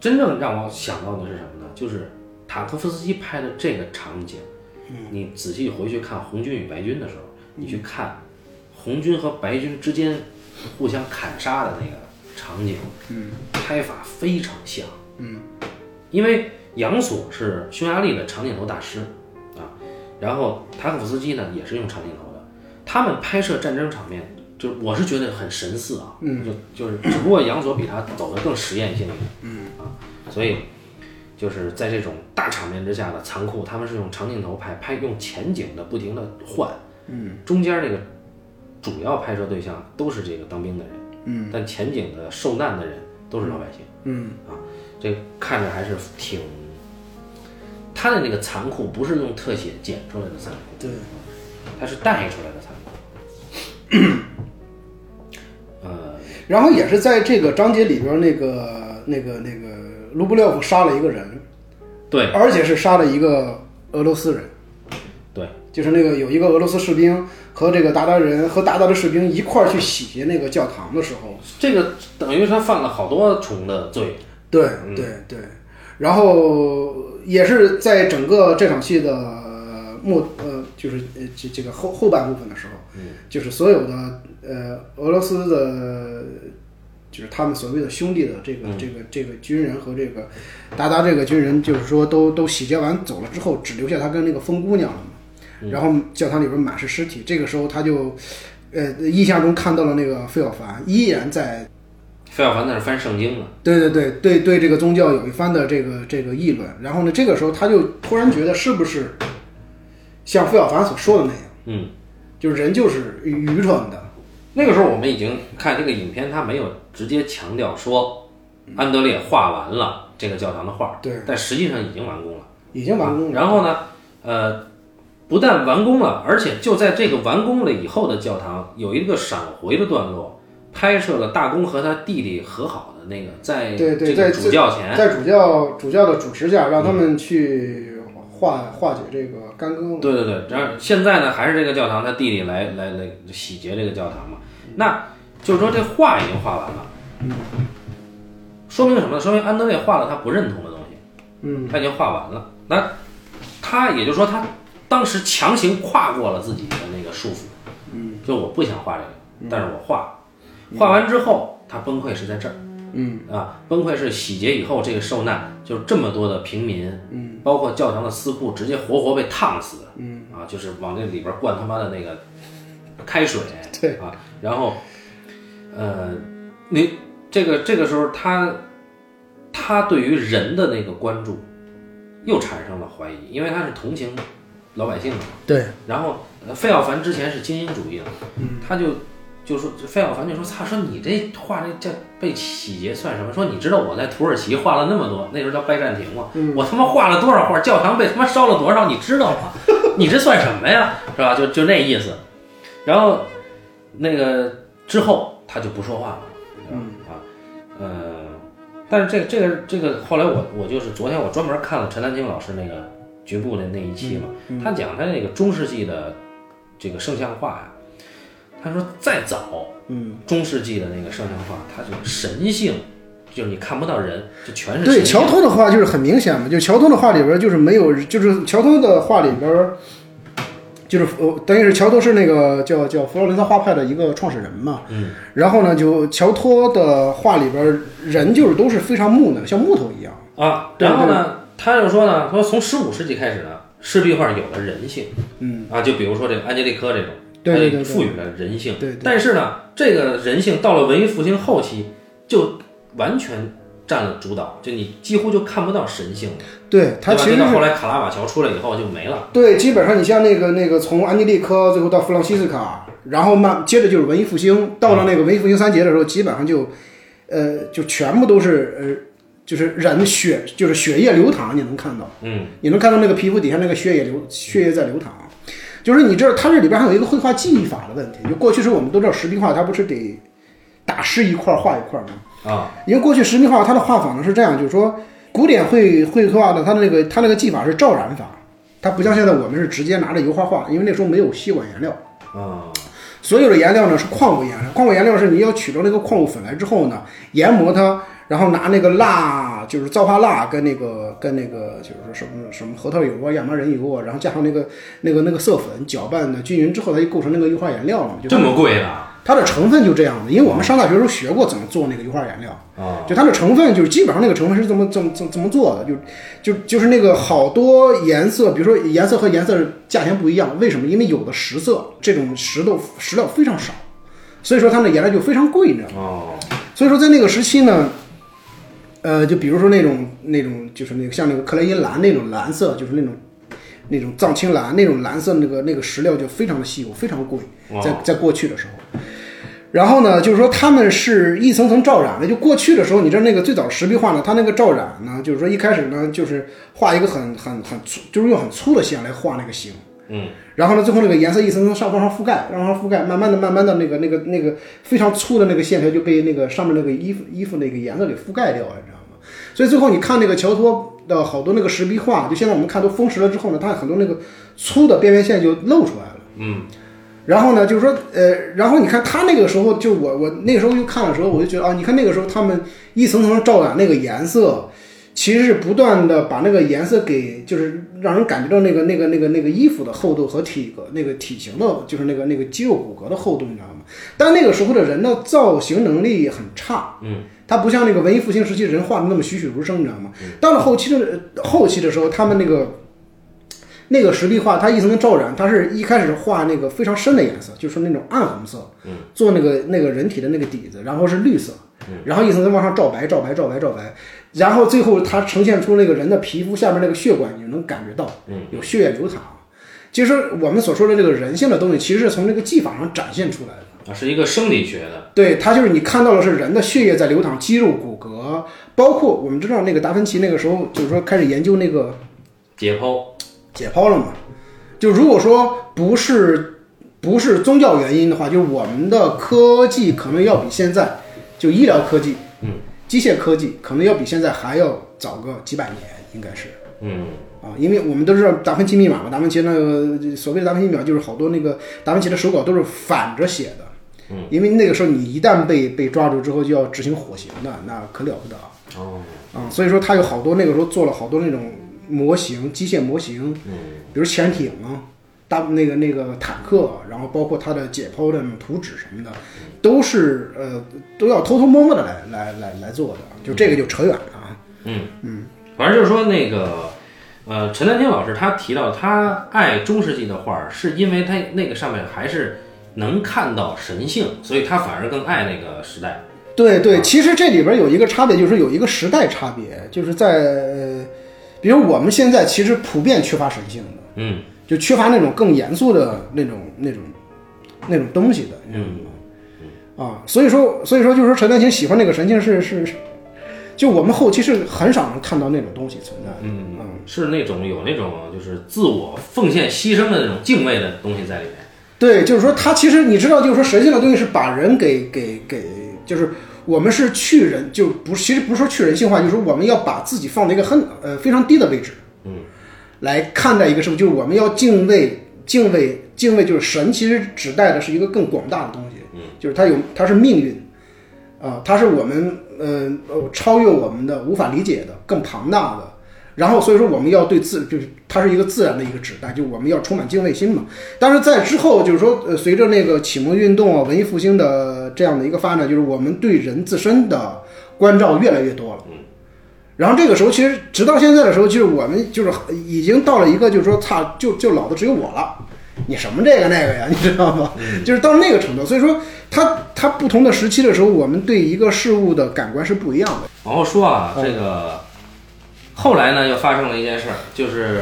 Speaker 2: 真正让我想到的是什么呢？就是塔科夫斯基拍的这个场景，你仔细回去看《红军与白军》的时候，你去看红军和白军之间互相砍杀的那个场景，嗯，拍法非常像，嗯，因为杨索是匈牙利的长镜头大师啊，然后塔可夫斯基呢也是用长镜头的，他们拍摄战争场面，就是我是觉得很神似啊，嗯，就就是只不过杨索比他走的更实验性一点，嗯啊，所以就是在这种大场面之下的残酷，他们是用长镜头拍，拍用前景的不停的换，嗯，中间这个主要拍摄对象都是这个当兵的人，嗯，但前景的受难的人都是老百姓，嗯啊，这个看着还是挺，他的那个残酷不是用特写剪出来的残酷，
Speaker 1: 对，
Speaker 2: 他是带出来的残酷，呃，
Speaker 1: 然后也是在这个章节里边儿，那个那个那个卢布廖夫杀了一个人，
Speaker 2: 对
Speaker 1: 而且是杀了一个俄罗斯人，
Speaker 2: 对
Speaker 1: 就是那个有一个俄罗斯士兵和这个鞑靼人和鞑靼的士兵一块儿去洗劫那个教堂的时候，
Speaker 2: 这个等于他犯了好多重的罪，
Speaker 1: 对对对，然后也是在整个这场戏的呃末呃，就是呃这这个后后半部分的时候，就是所有的呃俄罗斯的，就是他们所谓的兄弟的这个、这个这个军人和这个达达这个军人，就是说都都洗劫完走了之后，只留下他跟那个疯姑娘了嘛。然后教堂里边满是尸体，这个时候他就，呃，印象中看到了那个费小凡依然在
Speaker 2: 费小凡那是翻圣经呢，
Speaker 1: 对对对对对，这个宗教有一番的这个这个议论。然后呢，这个时候他就突然觉得，是不是像费小凡所说的那样，
Speaker 2: 嗯，
Speaker 1: 就是人就是愚蠢的，
Speaker 2: 那个时候我们已经看这个影片，他没有直接强调说安德烈画完了这个教堂的画，
Speaker 1: 嗯对，
Speaker 2: 但实际上已经完工了。
Speaker 1: 已经完工了。
Speaker 2: 然后呢，呃，不但完工了，而且就在这个完工了以后的教堂有一个闪回的段落，拍摄了大公和他弟弟和好的那个，在
Speaker 1: 对对
Speaker 2: 这
Speaker 1: 在
Speaker 2: 个主教前，
Speaker 1: 在主教主教的主持下，让他
Speaker 2: 嗯
Speaker 1: 们去化化解这个干戈嘛。
Speaker 2: 对对对，然后现在呢，还是这个教堂，他弟弟来来来洗劫这个教堂嘛。那就是说，这画已经画完了，说明什么呢？说明安德烈画了他不认同的东西，
Speaker 1: 嗯，
Speaker 2: 他已经画完了。那他也就是说，他当时强行跨过了自己的那个束缚，嗯，就我不想画这个，但是我画，画完之后他崩溃是在这儿，嗯啊，崩溃是洗劫以后这个受难，就是这么多的平民，嗯，包括教堂的司库直接活活被烫死，嗯啊，就是往这里边灌他妈的那个开 水，
Speaker 1: 对
Speaker 2: 啊，然后，呃，你这个这个时候他他对于人的那个关注又产生了怀疑，因为他是同情老百姓的嘛，
Speaker 1: 对
Speaker 2: 然后呃费小凡之前是精英主义的，他就就说费小凡就说：“操，说你这画这这被洗劫算什么？说你知道我在土耳其画了那么多，那时候叫拜占庭嘛，我他妈画了多少画？教堂被他妈烧了多少？你知道 吗？你这算什么呀？是吧？就就那意思。然后那个之后他就不说话了，嗯啊，呃，但是这个这个这个后来我我就是昨天我专门看了陈丹青老师那个局部的那一期嘛，他讲他那个中世纪的这个圣像画呀、他说再早，嗯，中世纪的那个圣像画，它就神性，就是你看不到人，就全呃是
Speaker 1: 对，
Speaker 2: 神性
Speaker 1: 乔托的话就是很明显嘛，就乔托的话里边就是没有，就是乔托的话里边。就是呃，等于是乔托是那个叫叫佛罗伦萨画派的一个创始人嘛，
Speaker 2: 嗯，
Speaker 1: 然后呢，就乔托的画里边儿人就是都是非常木讷，像木头一样。
Speaker 2: 啊，
Speaker 1: 对
Speaker 2: 然后呢，他就说呢，说从十五世纪开始呢，赤壁画有了人性，嗯啊，就比如说这个安杰利科这种，
Speaker 1: 对对
Speaker 2: 它
Speaker 1: 对
Speaker 2: 就赋予了人性，
Speaker 1: 对对
Speaker 2: 但是呢，这个人性到了文艺复兴后期就完全占了主导，就你几乎就看不到神性了，
Speaker 1: 对他
Speaker 2: 对吧
Speaker 1: 其实
Speaker 2: 就到
Speaker 1: 是
Speaker 2: 后来卡拉瓦乔出来以后就没了，
Speaker 1: 对，基本上你像那个那个从安地利科最后到弗朗西斯卡，然后慢接着就是文艺复兴，到了那个文艺复兴三杰的时候，基本上就，呃，就全部都是呃，就是人血就是血液流淌，你能看到，
Speaker 2: 嗯，
Speaker 1: 你能看到那个皮肤底下那个血液流血液在流淌。就是你知道，它这里边还有一个绘画技艺法的问题。就过去时候我们都知道石壁画，它不是得打湿一块儿画一块儿吗？
Speaker 2: 啊，
Speaker 1: 因为过去石壁画它的画法呢是这样，就是说古典绘绘画的它的那个它那个技法是照染法，它不像现在我们是直接拿着油画画，因为那时候没有吸管颜料，
Speaker 2: 啊，
Speaker 1: 所有的颜料呢是矿物颜料，矿物颜料是你要取到那个矿物粉来之后呢，研磨它，然后拿那个蜡，就是皂化蜡跟那个跟那个就是说什么什么核桃油啊、亚麻仁油啊，然后加上那个那个那个色粉搅拌的均匀之后，它就构成那个油画颜料了嘛。就
Speaker 2: 这么贵啊？
Speaker 1: 它的成分就这样的，因为我们上大学的时候学过怎么做那个油画颜料。
Speaker 2: 啊，
Speaker 1: 就它的成分，就是基本上那个成分是怎么怎么怎么怎么做的，就就就是那个好多颜色，比如说颜色和颜色价钱不一样，为什么？因为有的实色这种石头石料非常少，所以说它们的颜料就非常贵，你知道吗？
Speaker 2: 哦，
Speaker 1: 所以说在那个时期呢，呃，就比如说那种那种就是那个像那个克莱因蓝那种蓝色，就是那种那种藏青蓝那种蓝色那个那个石料就非常的稀有，非常贵。
Speaker 2: 哇
Speaker 1: 在在过去的时候。然后呢，就是说他们是一层层罩染的。就过去的时候，你知道那个最早石壁画呢，它那个罩染呢，就是说一开始呢，就是画一个很很很粗，就是用很粗的线来画那个形。
Speaker 2: 嗯。
Speaker 1: 然后呢，最后那个颜色一层层上往上覆盖，往上覆盖，慢慢的、慢慢的，那个、那个、那个非常粗的那个线条就被那个上面那个衣服、衣服那个颜色给覆盖掉了，你知道吗？所以最后你看那个乔托的好多那个石壁画，就现在我们看都封实了之后呢，它很多那个粗的边缘线就露出来了。
Speaker 2: 嗯，
Speaker 1: 然后呢，就是说，呃，然后你看他那个时候，就我我那时候又看的时候，我就觉得啊，你看那个时候他们一层层罩染那个颜色，其实是不断的把那个颜色给，就是让人感觉到那个那个那个那个衣服的厚度和体格那个体型的，就是那个那个肌肉骨骼的厚度，你知道吗？但那个时候的人的造型能力很差，嗯，他不像那个文艺复兴时期人画的那么栩栩如生，你知道吗？到了后期的后期的时候，他们那个。那个石壁画，它一层层罩染，它是一开始画那个非常深的颜色，就是那种暗红色，做那个那个人体的那个底子，然后是绿色，然后一层层往上照白，照白，照白，照白，然后最后它呈现出那个人的皮肤下面那个血管，你能感觉到有血液流淌。啊其实我们所说的这个人性的东西，其实是从这个技法上展现出来的。
Speaker 2: 啊，是一个生理学的，
Speaker 1: 对，它就是你看到的是人的血液在流淌，肌肉、骨骼，包括我们知道那个达芬奇那个时候就是说开始研究那个
Speaker 2: 解剖
Speaker 1: 解剖了嘛。就如果说不是不是宗教原因的话，就是我们的科技可能要比现在就医疗科技，嗯，机械科技可能要比现在还要早个几百年，应该是。
Speaker 2: 嗯，
Speaker 1: 啊，因为我们都知道达芬奇密码嘛，达芬奇那个所谓的达芬奇密码就是好多那个达芬奇的手稿都是反着写的，嗯，因为那个时候你一旦被被抓住之后就要执行火刑的，那可了不得啊。
Speaker 2: 哦，
Speaker 1: 啊、所以说他有好多那个时候做了好多那种模型，机械模型，
Speaker 2: 嗯
Speaker 1: 比如潜艇啊，大那个那个坦克，啊然后包括他的解剖的那种图纸什么的，都是呃都要偷偷摸摸的来来来来做的，就这个就扯远了啊。
Speaker 2: 反正就是说那个，呃，陈丹青老师他提到他爱中世纪的画儿，是因为他那个上面还是能看到神性，所以他反而更爱那个时代。
Speaker 1: 对对，其实这里边有一个差别，就是有一个时代差别，就是在，呃比如我们现在其实普遍缺乏神性的，
Speaker 2: 嗯
Speaker 1: 就缺乏那种更严肃的那种那种那种东西的，你知
Speaker 2: 嗯
Speaker 1: 道吗？啊，所以说所以说就是说陈丹青喜欢那个神性是是，是就我们后期是很少能看到那种东西存在的，
Speaker 2: 嗯，是那种有那种就是自我奉献、牺牲的那种敬畏的东西在里面。
Speaker 1: 对，就是说他其实你知道，就是说神性的东西是把人给给给，就是我们是去人，就不其实不是说去人性化，就是说我们要把自己放在一个很呃非常低的位置，嗯，来看待一个事物，就是我们要敬畏敬畏敬畏，就是神其实指代的是一个更广大的东西，嗯，就是它有它是命运，啊、它是我们呃呃超越我们的无法理解的更庞大的。然后，所以说我们要对自就是它是一个自然的一个指代，就我们要充满敬畏心嘛。但是在之后，就是说，呃，随着那个启蒙运动啊、文艺复兴的这样的一个发展，就是我们对人自身的关照越来越多了。然后这个时候，其实直到现在的时候，就是我们就是已经到了一个，就是说，差就就老子只有我了，你什么这个那个呀，你 知道吗？就是到那个程度。所以说，它它不同的时期的时候，我们对一个事物的感官是不一样的。
Speaker 2: 往后说啊，
Speaker 1: 嗯
Speaker 2: 这个后来呢，又发生了一件事儿，就是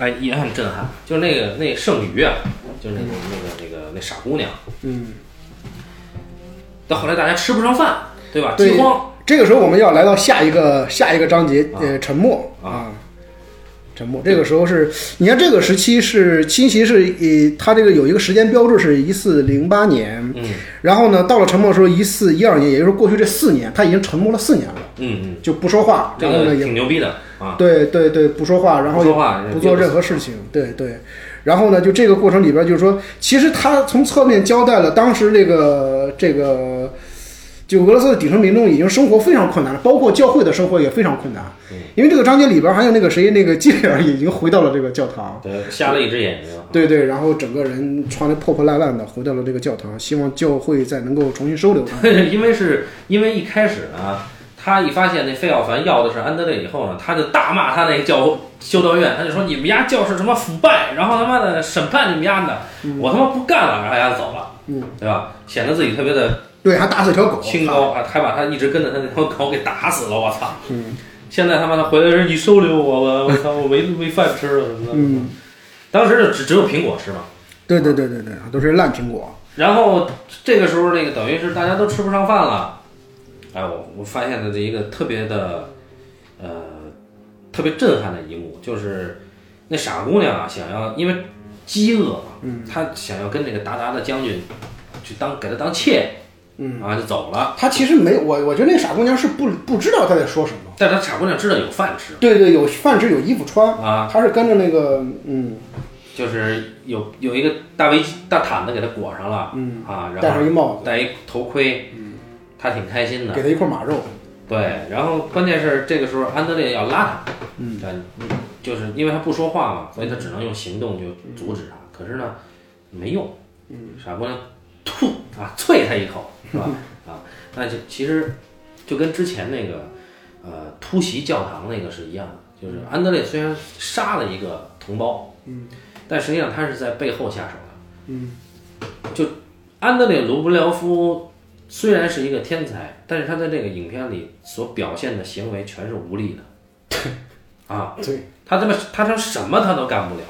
Speaker 2: 哎也很震撼，就是那个那剩余啊，就是那个那个那个那傻姑娘，
Speaker 1: 嗯，
Speaker 2: 到后来大家吃不上饭，对吧？
Speaker 1: 对
Speaker 2: 饥荒。
Speaker 1: 这个时候我们要来到下一个下一个章节，呃，沉默啊。沉默。这个时候是，你看这个时期是侵袭是以它这个有一个时间标志是一四零八年，
Speaker 2: 嗯
Speaker 1: 然后呢到了沉默的时候一四一二年，也就是过去这四年，他已经沉默了四年了，
Speaker 2: 嗯
Speaker 1: 就不说话
Speaker 2: 嗯，，这
Speaker 1: 然后
Speaker 2: 个
Speaker 1: 呢也
Speaker 2: 挺牛逼的啊，
Speaker 1: 对对对不说话，然后
Speaker 2: 不说话
Speaker 1: 不做任何事情，对对。然后呢，就这个过程里边，就是说，其实他从侧面交代了当时这个这个，就俄罗斯的底层民众已经生活非常困难了，包括教会的生活也非常困难，
Speaker 2: 嗯
Speaker 1: 因为这个章节里边还有那个谁，那个基里尔也已经回到了这个教堂，
Speaker 2: 对，呃瞎了一只眼睛，啊
Speaker 1: 对对，然后整个人穿的破破烂烂的回到了这个教堂，希望教会再能够重新收留他。
Speaker 2: 因为是因为一开始呢，他一发现那费奥凡要的是安德烈以后呢，他就大骂他那教修道院，他就说你们家教是什么腐败，然后他妈的审判你们家的，我他妈不干了，然后他走了，
Speaker 1: 嗯，
Speaker 2: 对吧？显得自己特别的
Speaker 1: 对，还打死条狗，
Speaker 2: 清高啊，还把他一直跟着他那条狗给打死了，我操！
Speaker 1: 嗯
Speaker 2: 现在他妈的回来说你收留我吧，我操，我没没饭吃了什么的。
Speaker 1: 嗯，
Speaker 2: 当时就只只有苹果吃嘛，
Speaker 1: 对对对对对，都是烂苹果，
Speaker 2: 然后这个时候那个等于是大家都吃不上饭了，哎，我我发现了这一个特别的，呃，特别震撼的一幕，就是那傻姑娘啊，想要因为饥饿嘛，嗯，她想要跟那个达达的将军去当给他当妾，嗯，啊就走了，
Speaker 1: 他其实没有我，我觉得那个傻姑娘是不不知道他在说什么。
Speaker 2: 但是她傻姑娘知道有饭吃
Speaker 1: 对对，有饭吃，有衣服穿。
Speaker 2: 啊，
Speaker 1: 他是跟着那个，嗯，
Speaker 2: 就是有有一个大围大毯子给她裹上了，嗯啊，
Speaker 1: 戴
Speaker 2: 然
Speaker 1: 上一帽
Speaker 2: 后戴一头盔，嗯，她挺开心的
Speaker 1: 子，。给他一块马肉。
Speaker 2: 对，然后关键是这个时候安德烈要拉他，嗯，就是因为他不说话嘛，所以他只能用行动就阻止他。可是呢，没用，嗯，傻姑娘吐啊，啐他一口，是吧？啊，那就其实就跟之前那个呃突袭教堂那个是一样的，就是安德烈虽然杀了一个同胞，嗯，但实际上他是在背后下手的，嗯，就安德烈卢布廖夫虽然是一个天才，但是他在这个影片里所表现的行为全是无力的，啊，
Speaker 1: 对，
Speaker 2: 他他妈他他什么他都干不了。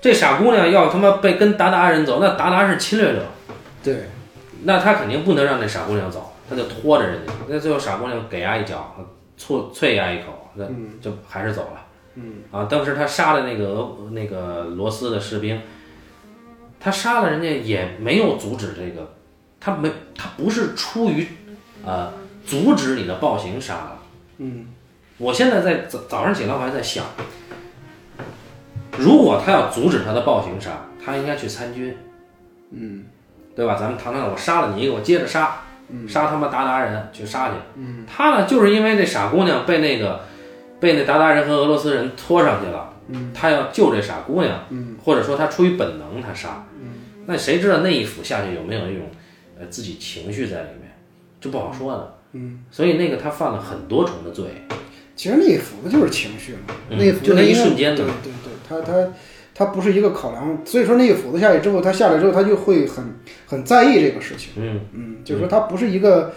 Speaker 2: 这傻姑娘要他妈被跟达达人走，那达达是侵略者，
Speaker 1: 对，
Speaker 2: 那他肯定不能让那傻姑娘走，他就拖着人家。那最后傻姑娘给丫一脚，啐啐丫一口，那就还是走了。嗯啊，当时他杀了那个俄那个罗斯的士兵，他杀了人家也没有阻止这个，他没他不是出于呃阻止你的暴行杀了。
Speaker 1: 嗯，
Speaker 2: 我现在在早早上起来我还在想，如果他要阻止他的暴行杀，他应该去参军。对吧？咱们堂堂的，我杀了你一个，我接着杀，
Speaker 1: 嗯
Speaker 2: 杀他妈鞑靼人去杀去。他呢，就是因为这傻姑娘被那个被那鞑靼人和俄罗斯人拖上去了，
Speaker 1: 嗯
Speaker 2: 他要救这傻姑娘，或者说他出于本能他杀，
Speaker 1: 嗯
Speaker 2: 那谁知道那一斧下去有没有一种呃自己情绪在里面，这不好说呢。
Speaker 1: 嗯
Speaker 2: 所以那个他犯了很多重的罪，
Speaker 1: 其实那一斧子就是情绪嘛，
Speaker 2: 嗯
Speaker 1: 那一斧子
Speaker 2: 就那一
Speaker 1: 应该
Speaker 2: 瞬间的
Speaker 1: 对对对，他他他不是一个考量，所以说那一斧子下去之后，他下来之后，他就会很很在意这个事情。
Speaker 2: 嗯，
Speaker 1: 嗯，就是说他不是一个，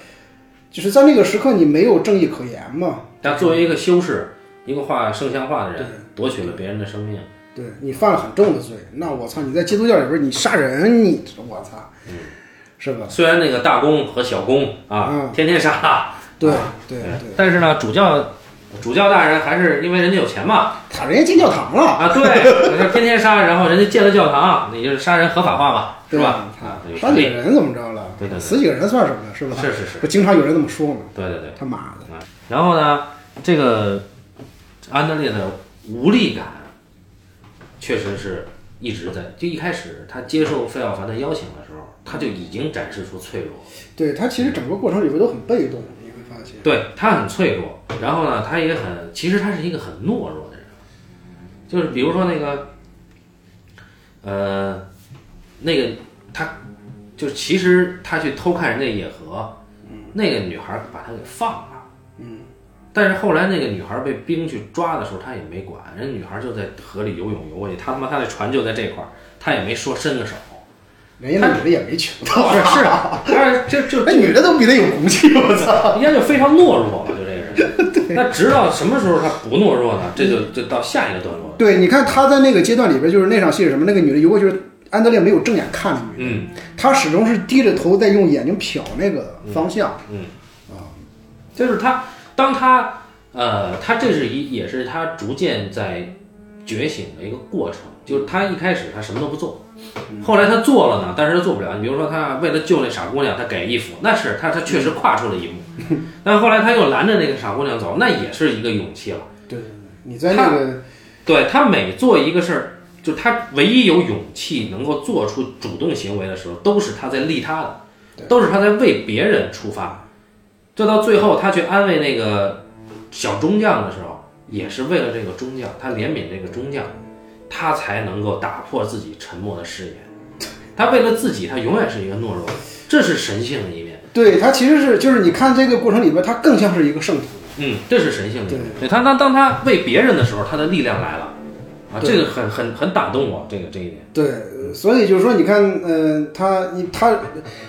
Speaker 1: 就是在那个时刻你没有正义可言嘛。
Speaker 2: 但作为一个修士，一个画圣像画的人
Speaker 1: 对，
Speaker 2: 夺取了别人的生命，
Speaker 1: 对你犯了很重的罪，那我操！你在基督教里边你杀人，你我操，
Speaker 2: 嗯
Speaker 1: 是吧？
Speaker 2: 虽然那个大公和小公啊
Speaker 1: 嗯，
Speaker 2: 天天杀。
Speaker 1: 对
Speaker 2: 啊
Speaker 1: 对对，
Speaker 2: 但是呢，主教主教大人还是因为人家有 钱嘛
Speaker 1: 他人家进教堂了，
Speaker 2: 啊，对，人家天天杀，然后人家建了教堂，你就是杀人合法化嘛，是
Speaker 1: 对
Speaker 2: 吧？啊
Speaker 1: 他，
Speaker 2: 有
Speaker 1: 杀
Speaker 2: 权
Speaker 1: 几
Speaker 2: 利
Speaker 1: 个人怎么着了？
Speaker 2: 对对对
Speaker 1: 死几个人算什么呀？是吧？
Speaker 2: 是是是，
Speaker 1: 不经常有人这么说吗？
Speaker 2: 对对对。
Speaker 1: 他妈的，
Speaker 2: 然后呢，这个安德烈的无力感，确实是一直在。就一开始他接受费奥凡的邀请的时候，他就已经展示出脆弱。
Speaker 1: 对他其实整个过程里边都很被动，你会发现。
Speaker 2: 对他很脆弱，然后呢，他也很，其实他是一个很懦弱的人，就是比如说那个，呃，那个他，就其实他去偷看人家野河，那个女孩把他给放了，嗯，但是后来那个女孩被兵去抓的时候，他也没管，人家女孩就在河里游泳游过去，他他妈他的船就在这块儿，他也没说伸个手，
Speaker 1: 人家那女的也没求到，
Speaker 2: 是啊，但是这就
Speaker 1: 那女的都比他有骨气，我 操！
Speaker 2: 人哦家就非常懦弱了，就这个人。那直到什么时候他不懦弱呢？这就就到下一个段落了。
Speaker 1: 对，你看他在那个阶段里边，就是那场戏是什么？那个女的游过去，安德烈没有正眼看那女的，
Speaker 2: 嗯
Speaker 1: 他始终是低着头在用眼睛瞟那个方向。
Speaker 2: 嗯，就是他，当他呃，他这是一也是他逐渐在觉醒的一个过程，就是他一开始他什么都不做，后来他做了呢，但是他做不了。你比如说，他为了救那傻姑娘，他给一斧，那是他他确实跨出了一步， 但后来他又拦着那个傻姑娘走，那也是一个勇气了。
Speaker 1: 对，
Speaker 2: 嗯
Speaker 1: 你在那个
Speaker 2: 对他每做一个事儿，就他唯一有勇气能够做出主动行为的时候，都是他在利他的，都是他在为别人出发。这到最后，他去安慰那个小中将的时候，也是为了这个中将，他怜悯这个中将，他才能够打破自己沉默的誓言。他为了自己，他永远是一个懦弱的，这是神性的一面。
Speaker 1: 对他其实是就是你看这个过程里边，他更像是一个圣徒。
Speaker 2: 嗯，这是神性的。对他，当当他为别人的时候，他的力量来了，啊，
Speaker 1: 对
Speaker 2: 这个很很很打动我，这个这一点。
Speaker 1: 对，呃所以就是说，你看，嗯、他你他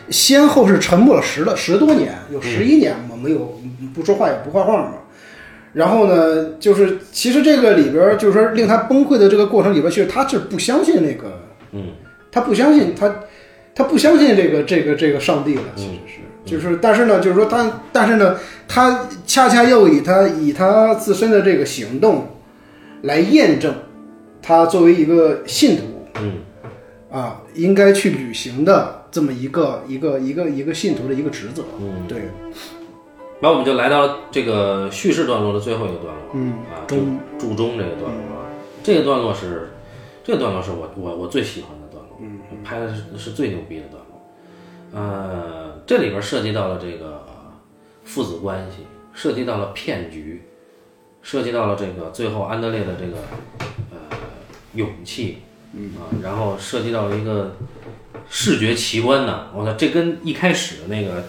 Speaker 1: 先后是沉默了十了十多年，有十一年嘛，没有不说话也不画画嘛。然后呢，就是其实这个里边儿，就是说令他崩溃的这个过程里边，其实他是不相信那个，
Speaker 2: 嗯，
Speaker 1: 他不相信他，他不相信这个这个这个上帝了，其实是。就是，但是呢，就是说他，但是呢，他恰恰又以他以他自身的这个行动来验证他作为一个信徒，
Speaker 2: 嗯
Speaker 1: 啊，应该去履行的这么一个一个一个一个信徒的一个职责。
Speaker 2: 嗯，
Speaker 1: 对，
Speaker 2: 然后我们就来到这个叙事段落的最后一个段落，
Speaker 1: 嗯
Speaker 2: 啊，注
Speaker 1: 中
Speaker 2: 注中这个段落啊，这个段落是这个段落是我我我最喜欢的段落，嗯，拍的是是最牛逼的段落，呃，这里边涉及到了这个啊父子关系，涉及到了骗局，涉及到了这个最后安德烈的这个呃勇气，嗯啊，然后涉及到了一个视觉奇观呐，我操，这跟一开始的那个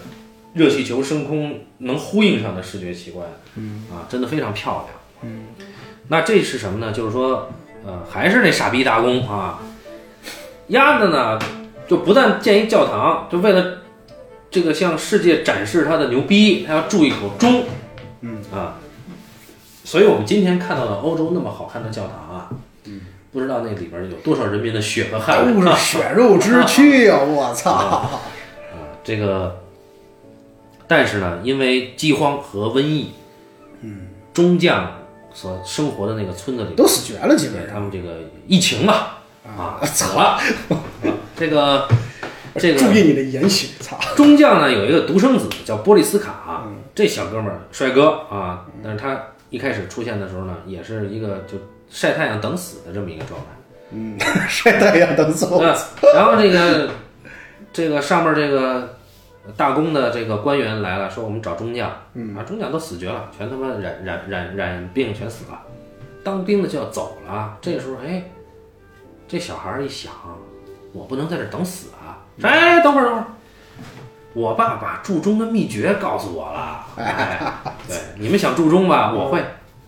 Speaker 2: 热气球升空能呼应上的视觉奇观，嗯啊，真的非常漂亮，嗯，那这是什么呢？就是说，呃，还是那傻逼大公啊，丫的呢，就不但建一教堂，就为了这个向世界展示他的牛逼，他要铸一口钟，嗯啊，所以我们今天看到的欧洲那么好看的教堂啊，嗯，不知道那里边有多少人民的血和汗
Speaker 1: 都是血肉之躯呀、我操！
Speaker 2: 啊，这个，但是呢，因为饥荒和瘟疫，嗯，中将所生活的那个村子里，
Speaker 1: 都死绝了，基本
Speaker 2: 对
Speaker 1: 上。
Speaker 2: 他们这个疫情嘛，啊，死了， 这个这
Speaker 1: 注
Speaker 2: 个
Speaker 1: 意你的言行，操！
Speaker 2: 中将呢有一个独生子叫波利斯卡、
Speaker 1: 嗯
Speaker 2: 这小哥们儿帅哥啊，但是他一开始出现的时候呢，也是一个就晒太阳等死的这么一个状态。
Speaker 1: 晒太阳等死我。
Speaker 2: 对，然后这个这个上面这个大公的这个官员来了，说我们找中将，嗯、啊，中将都死绝了，全他妈染染染染病全死了，当兵的就要走了。这时候，哎，这小孩儿一想，我不能在这儿等死啊！哎，等会儿，等会儿。我爸把铸钟的秘诀告诉我了，哎，对，你们想铸钟吧？我会，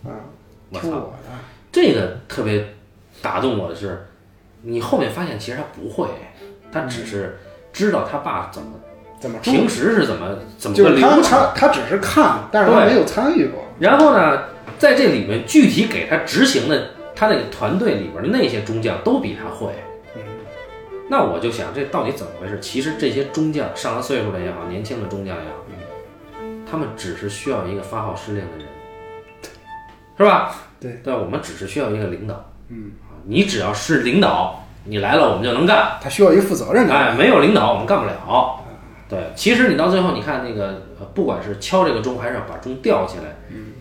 Speaker 2: 我
Speaker 1: 听
Speaker 2: 操，
Speaker 1: 我的，
Speaker 2: 这个特别打动我的是，你后面发现其实他不会，他只是知道他爸怎么
Speaker 1: 怎么说？
Speaker 2: 平时是怎么怎么
Speaker 1: 就
Speaker 2: 个
Speaker 1: 是他
Speaker 2: 流程。
Speaker 1: 他他只是看，但是他
Speaker 2: 对
Speaker 1: 没有参与过。
Speaker 2: 然后呢，在这里面具体给他执行的他那个团队里边的那些中将都比他会。那我就想，这到底怎么回事？其实这些中将上了岁数的也好，年轻的中将也好，他们只是需要一个发号施令的人， 是吧？
Speaker 1: 对，
Speaker 2: 对，我们只是需要一个领导。嗯，你只要是领导，你来了我们就能干。
Speaker 1: 他需要一个负责任的人。
Speaker 2: 哎，没有领导我们干不了。对，其实你到最后，你看那个，呃不管是敲这个钟，还是把钟吊起来，嗯，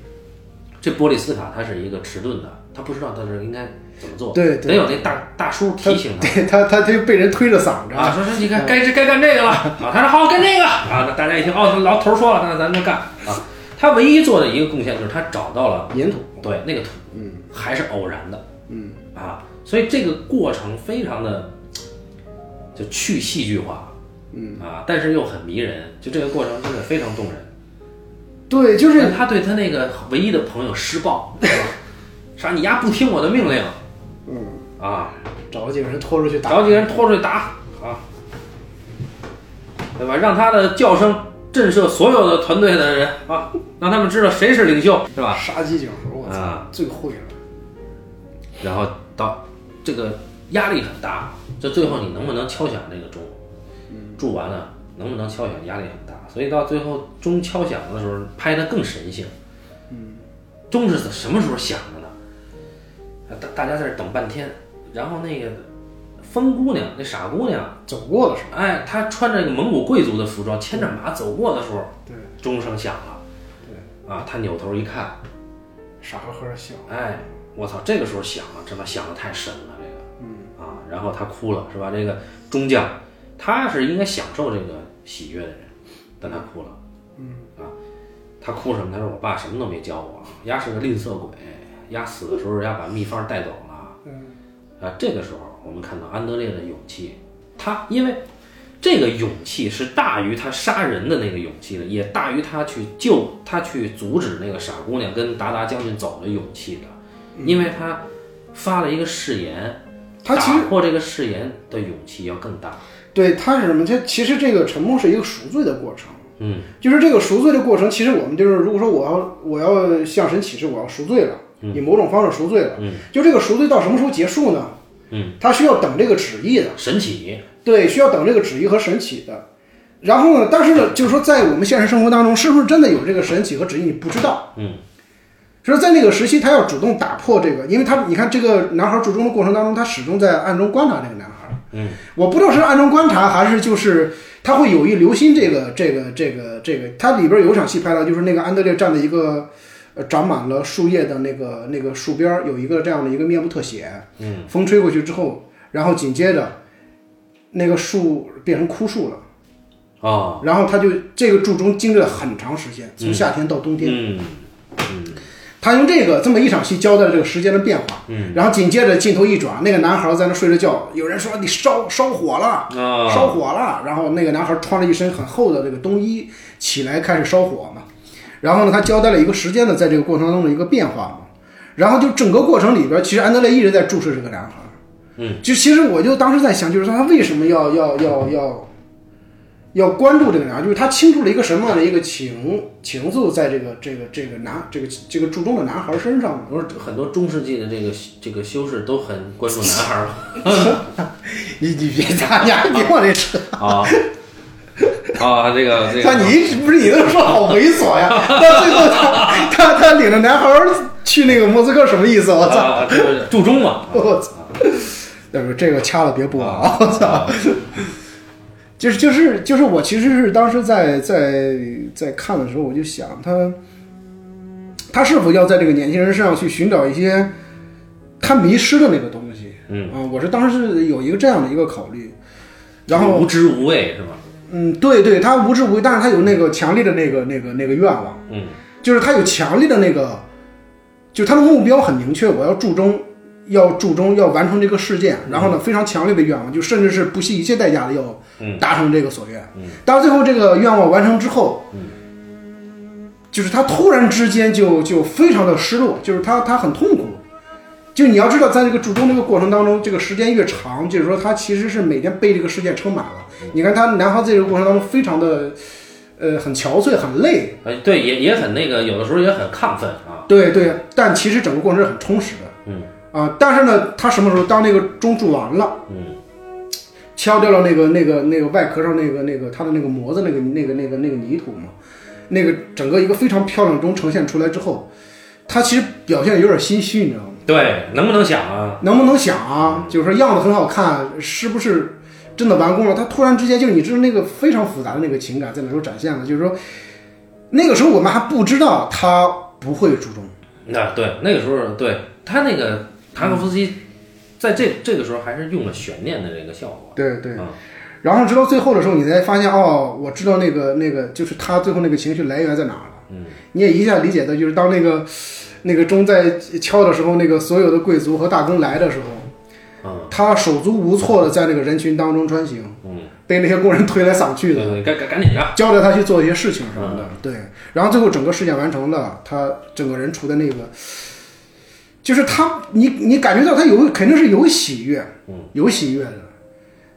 Speaker 2: 这波利斯卡他是一个迟钝的，他不知道他是应该怎么做，
Speaker 1: 对对
Speaker 2: 得有那大大叔提醒他。
Speaker 1: 对他他他嗯就被人推着嗓子
Speaker 2: 啊，说说你看该这该干 这个了啊，他说好干这个啊，那大家一听哦，老头儿说了，那咱就干啊。他唯一做的一个贡献就是他找到了
Speaker 1: 粘土。
Speaker 2: 对，那个土，嗯，还是偶然的，嗯啊，所以这个过程非常的就去戏剧化，嗯啊，但是又很迷人，就这个过程真的非常动人。
Speaker 1: 对，就
Speaker 2: 就是是他对他那个唯一的朋友施暴，啥你丫不听我的命令，嗯啊，
Speaker 1: 找几个人拖出去打。
Speaker 2: 找几个人拖出去打啊，对吧？让他的叫声震慑所有的团队的人啊，让他们知道谁是领袖，是吧？
Speaker 1: 杀鸡儆猴，我操
Speaker 2: 啊，
Speaker 1: 最会了。
Speaker 2: 然后到这个压力很大，就最后你能不能敲响这个钟？住完了能不能敲响？压力很大，所以到最后钟敲响的时候拍的更神性。嗯，钟是什么时候响的呢？啊大大家在这等半天，然后那个疯姑娘，那傻姑娘，
Speaker 1: 走过的时
Speaker 2: 哎，她穿着一个蒙古贵族的服装，牵着马走过的时候，
Speaker 1: 候，对，
Speaker 2: 钟声响了，对，啊，她扭头一看，
Speaker 1: 傻呵呵笑，
Speaker 2: 哎，我操，这个时候响了，这妈响的太深了，这个，嗯啊，然后她哭了，是吧？这个中将，他是应该享受这个喜悦的人，但他哭了，嗯啊，他哭什么？他说我爸什么都没教我，丫是个吝啬鬼，丫死的时候丫把秘方带走了，
Speaker 1: 嗯，
Speaker 2: 啊，这个时候我们看到安德烈的勇气，他因为这个勇气是大于他杀人的那个勇气的，也大于他去救他去阻止那个傻姑娘跟达达将军走的勇气的，因为他发了一个誓言，
Speaker 1: 嗯他其实
Speaker 2: 打破这个誓言的勇气要更大。
Speaker 1: 对他是什么？他其实这个沉默是一个赎罪的过程。
Speaker 2: 嗯，
Speaker 1: 就是这个赎罪的过程，其实我们就是，如果说我要我要向神起誓，我要赎罪了，以某种方式赎罪了，嗯，就这个赎罪到什么时候结束呢？嗯，他需要等这个旨意的，
Speaker 2: 神奇，
Speaker 1: 对，需要等这个旨意和神启的。然后呢，但是呢，就是说在我们现实生活当中，是不是真的有这个神启和旨意，你不知道。
Speaker 2: 嗯，
Speaker 1: 所以在那个时期，他要主动打破这个，因为他你看这个男孩注中的过程当中，他始终在暗中观察这个男孩。嗯，我不知道是暗中观察还是就是他会有意留心这个这个这个这个。他里边有一场戏拍到，就是那个安德烈站在一个呃长满了树叶的那个那个树边儿，有一个这样的一个面部特写。嗯，风吹过去之后，然后紧接着那个树变成枯树了，
Speaker 2: 哦，
Speaker 1: 然后他就这个柱中经历了很长时间，从夏天到冬天。
Speaker 2: 嗯，
Speaker 1: 他用这个这么一场戏交代了这个时间的变化，嗯，然后紧接着镜头一转，那个男孩在那睡着觉，有人说你烧烧火了，
Speaker 2: 啊
Speaker 1: 烧火了，然后那个男孩穿了一身很厚的这个冬衣起来开始烧火嘛，然后呢，他交代了一个时间的在这个过程当中的一个变化嘛，然后就整个过程里边，其实安德烈一直在注视这个男孩，嗯，就其实我就当时在想，就是说他为什么要要要要要关注这个男孩，就是他倾注了一个什么样的一个情情愫在这个这个这个男这个这个注重的男孩身上呢？
Speaker 2: 不是很多中世纪的这个这个修士都很关注男孩儿吗？
Speaker 1: 你你别打呀，你往这扯，
Speaker 2: 啊啊，这个这
Speaker 1: 看
Speaker 2: 个，
Speaker 1: 你一直不是你都说好猥琐呀，到最后他他他领着男孩去那个莫斯科什么意思？我操！
Speaker 2: 啊，这个注重嘛，
Speaker 1: 我操！要不这个掐了别播啊！我操！就是就是就是我其实是当时在在在看的时候，我就想他他是否要在这个年轻人身上去寻找一些他迷失的那个东西？
Speaker 2: 嗯
Speaker 1: 啊，我是当时是有一个这样的一个考虑，然后
Speaker 2: 无知无畏是吧？
Speaker 1: 嗯，对对，他无知无畏，但是他有那个强烈的那个那个那个愿望，
Speaker 2: 嗯，
Speaker 1: 就是他有强烈的那个，就是他的目标很明确，我要注中，要注中，要完成这个事件，然后呢，非常强烈的愿望，就甚至是不惜一切代价的要
Speaker 2: 嗯
Speaker 1: 达成这个所愿。但是最后这个愿望完成之后，就是他突然之间就就非常的失落，就是他他很痛苦。就你要知道，在这个注中这个过程当中，这个时间越长，就是说他其实是每天被这个事件撑满了。你看他南方这个过程当中非常的，呃，很憔悴，很累，
Speaker 2: 哎，对，也也很那个，有的时候也很亢奋啊。
Speaker 1: 对对，但其实整个过程是很充实的。
Speaker 2: 嗯
Speaker 1: 啊，但是呢，他什么时候当那个钟注完了，
Speaker 2: 嗯，
Speaker 1: 敲掉了那个那个那个外壳上那个那个它的那个模子那个那个那个那个泥土嘛，那个整个一个非常漂亮的钟呈现出来之后，他其实表现得有点心虚，你知道吗？
Speaker 2: 对，能不能想啊？
Speaker 1: 能不能想啊？就是说样子很好看，是不是真的完工了？他突然之间就是你知道那个非常复杂的那个情感在哪时候展现了？就是说那个时候我们还不知道他不会注重。
Speaker 2: 那啊对，那个时候对他那个塔可夫斯基，在这这个时候还是用了悬念的这个效果。
Speaker 1: 对对
Speaker 2: 嗯。
Speaker 1: 然后直到最后的时候，你才发现哦，我知道那个那个就是他最后那个情绪来源在哪儿了。嗯，你也一下理解到，就是当那个那个钟在敲的时候，那个所有的贵族和大更来的时候，
Speaker 2: 嗯
Speaker 1: 他手足无措的在那个人群当中穿行，
Speaker 2: 嗯，
Speaker 1: 被那些工人推来搡去
Speaker 2: 对
Speaker 1: 的。
Speaker 2: 对，赶赶赶紧啊的。
Speaker 1: 交代他去做一些事情什么的，对。然后最后整个事件完成了，他整个人处在那个，就是他，你你感觉到他有肯定是有喜悦，有喜悦的，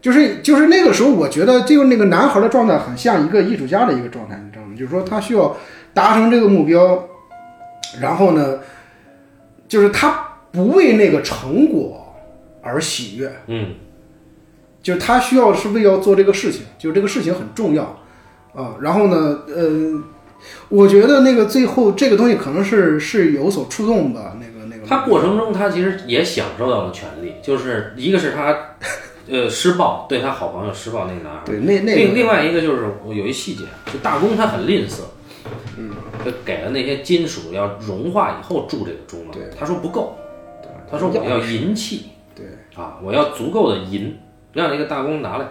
Speaker 1: 就是就是那个时候，我觉得就是那个男孩的状态很像一个艺术家的一个状态，你知道吗？就是说他需要达成这个目标，然后呢，就是他不为那个成果而喜悦，
Speaker 2: 嗯
Speaker 1: 就是他需要是为要做这个事情，就是这个事情很重要啊。然后呢，呃，我觉得那个最后这个东西可能是是有所触动吧，那个那个
Speaker 2: 他过程中他其实也享受到了权利，就是一个是他，呃，施暴对他好朋友施暴那个男孩，
Speaker 1: 对，那那
Speaker 2: 另
Speaker 1: 个
Speaker 2: 另外一个就是我有一细节，就大公他很吝啬，嗯，就给了那些金属要融化以后铸这个钟了，
Speaker 1: 对
Speaker 2: 他说不够，他说我要银器
Speaker 1: 对
Speaker 2: 啊，我要足够的银，让那个大公拿来。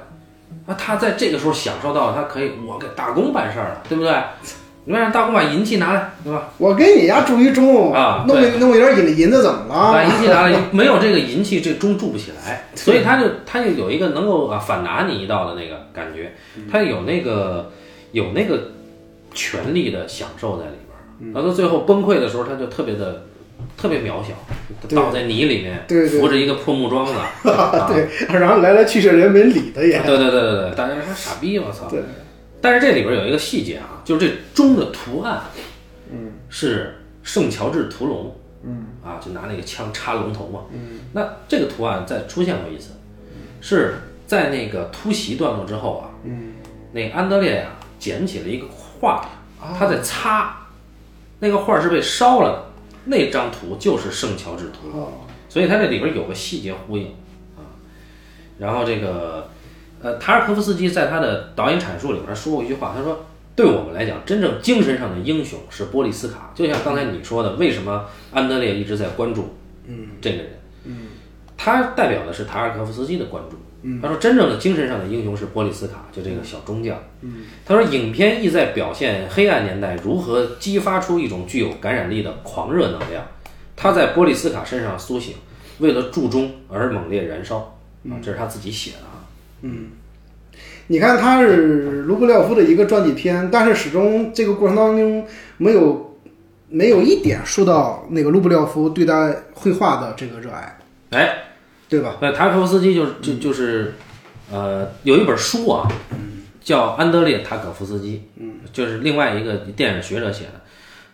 Speaker 2: 那他在这个时候享受到了，他可以我给大公办事儿了，对不对？你让大公把银器拿来，对吧？
Speaker 1: 我给你家注一中
Speaker 2: 啊
Speaker 1: 弄
Speaker 2: 对哎
Speaker 1: 个弄个有点银银子怎么
Speaker 2: 把
Speaker 1: 了？
Speaker 2: 银器拿来，没有这个银器，这钟铸不起来，所以他就他就有一个能够啊反拿你一道的那个感觉，
Speaker 1: 嗯
Speaker 2: 他有那个有那个权力的享受在里边儿。
Speaker 1: 嗯
Speaker 2: 然后到最后崩溃的时候，他就特别的特别渺小，
Speaker 1: 对
Speaker 2: 倒在泥里面，
Speaker 1: 对对
Speaker 2: 扶着一个破木桩子，啊
Speaker 1: 对，然后来来去去人没理他也，
Speaker 2: 对对对对对，大家说他傻逼，我操！
Speaker 1: 对，
Speaker 2: 但是这里边有一个细节啊，就是这钟的图案，嗯，是圣乔治屠龙，嗯，啊，就拿那个枪插龙头嘛，嗯，那这个图案再出现过一次，是在那个突袭段落之后啊，嗯，那安德烈呀、啊捡起了一个画，他在擦，那个画是被烧了的，那张图就是圣乔治屠龙，
Speaker 1: 哦，
Speaker 2: 所以它这里边有个细节呼应啊。然后这个呃，塔尔科夫斯基在他的导演阐述里边说过一句话，他说：“对我们来讲，真正精神上的英雄是波利斯卡。”就像刚才你说的，为什么安德烈一直在关注嗯这个人？嗯，他代表的是塔尔科夫斯基的关注。他说：“真正的精神上的英雄是波利斯卡，就这个小中将。”嗯，他说：“影片意在表现黑暗年代如何激发出一种具有感染力的狂热能量，他在波利斯卡身上苏醒，为了铸钟而猛烈燃烧。”啊，这是他自己写的啊。
Speaker 1: 你看他是卢布廖夫的一个传记片，但是始终这个过程当中没有没有一点说到那个卢布廖夫对待绘画的这个热爱，
Speaker 2: 哎，
Speaker 1: 对吧？
Speaker 2: 那塔可夫斯基就是就就是，呃，有一本书啊，叫《安德烈·塔可夫斯基》，嗯，就是另外一个电影学者写的。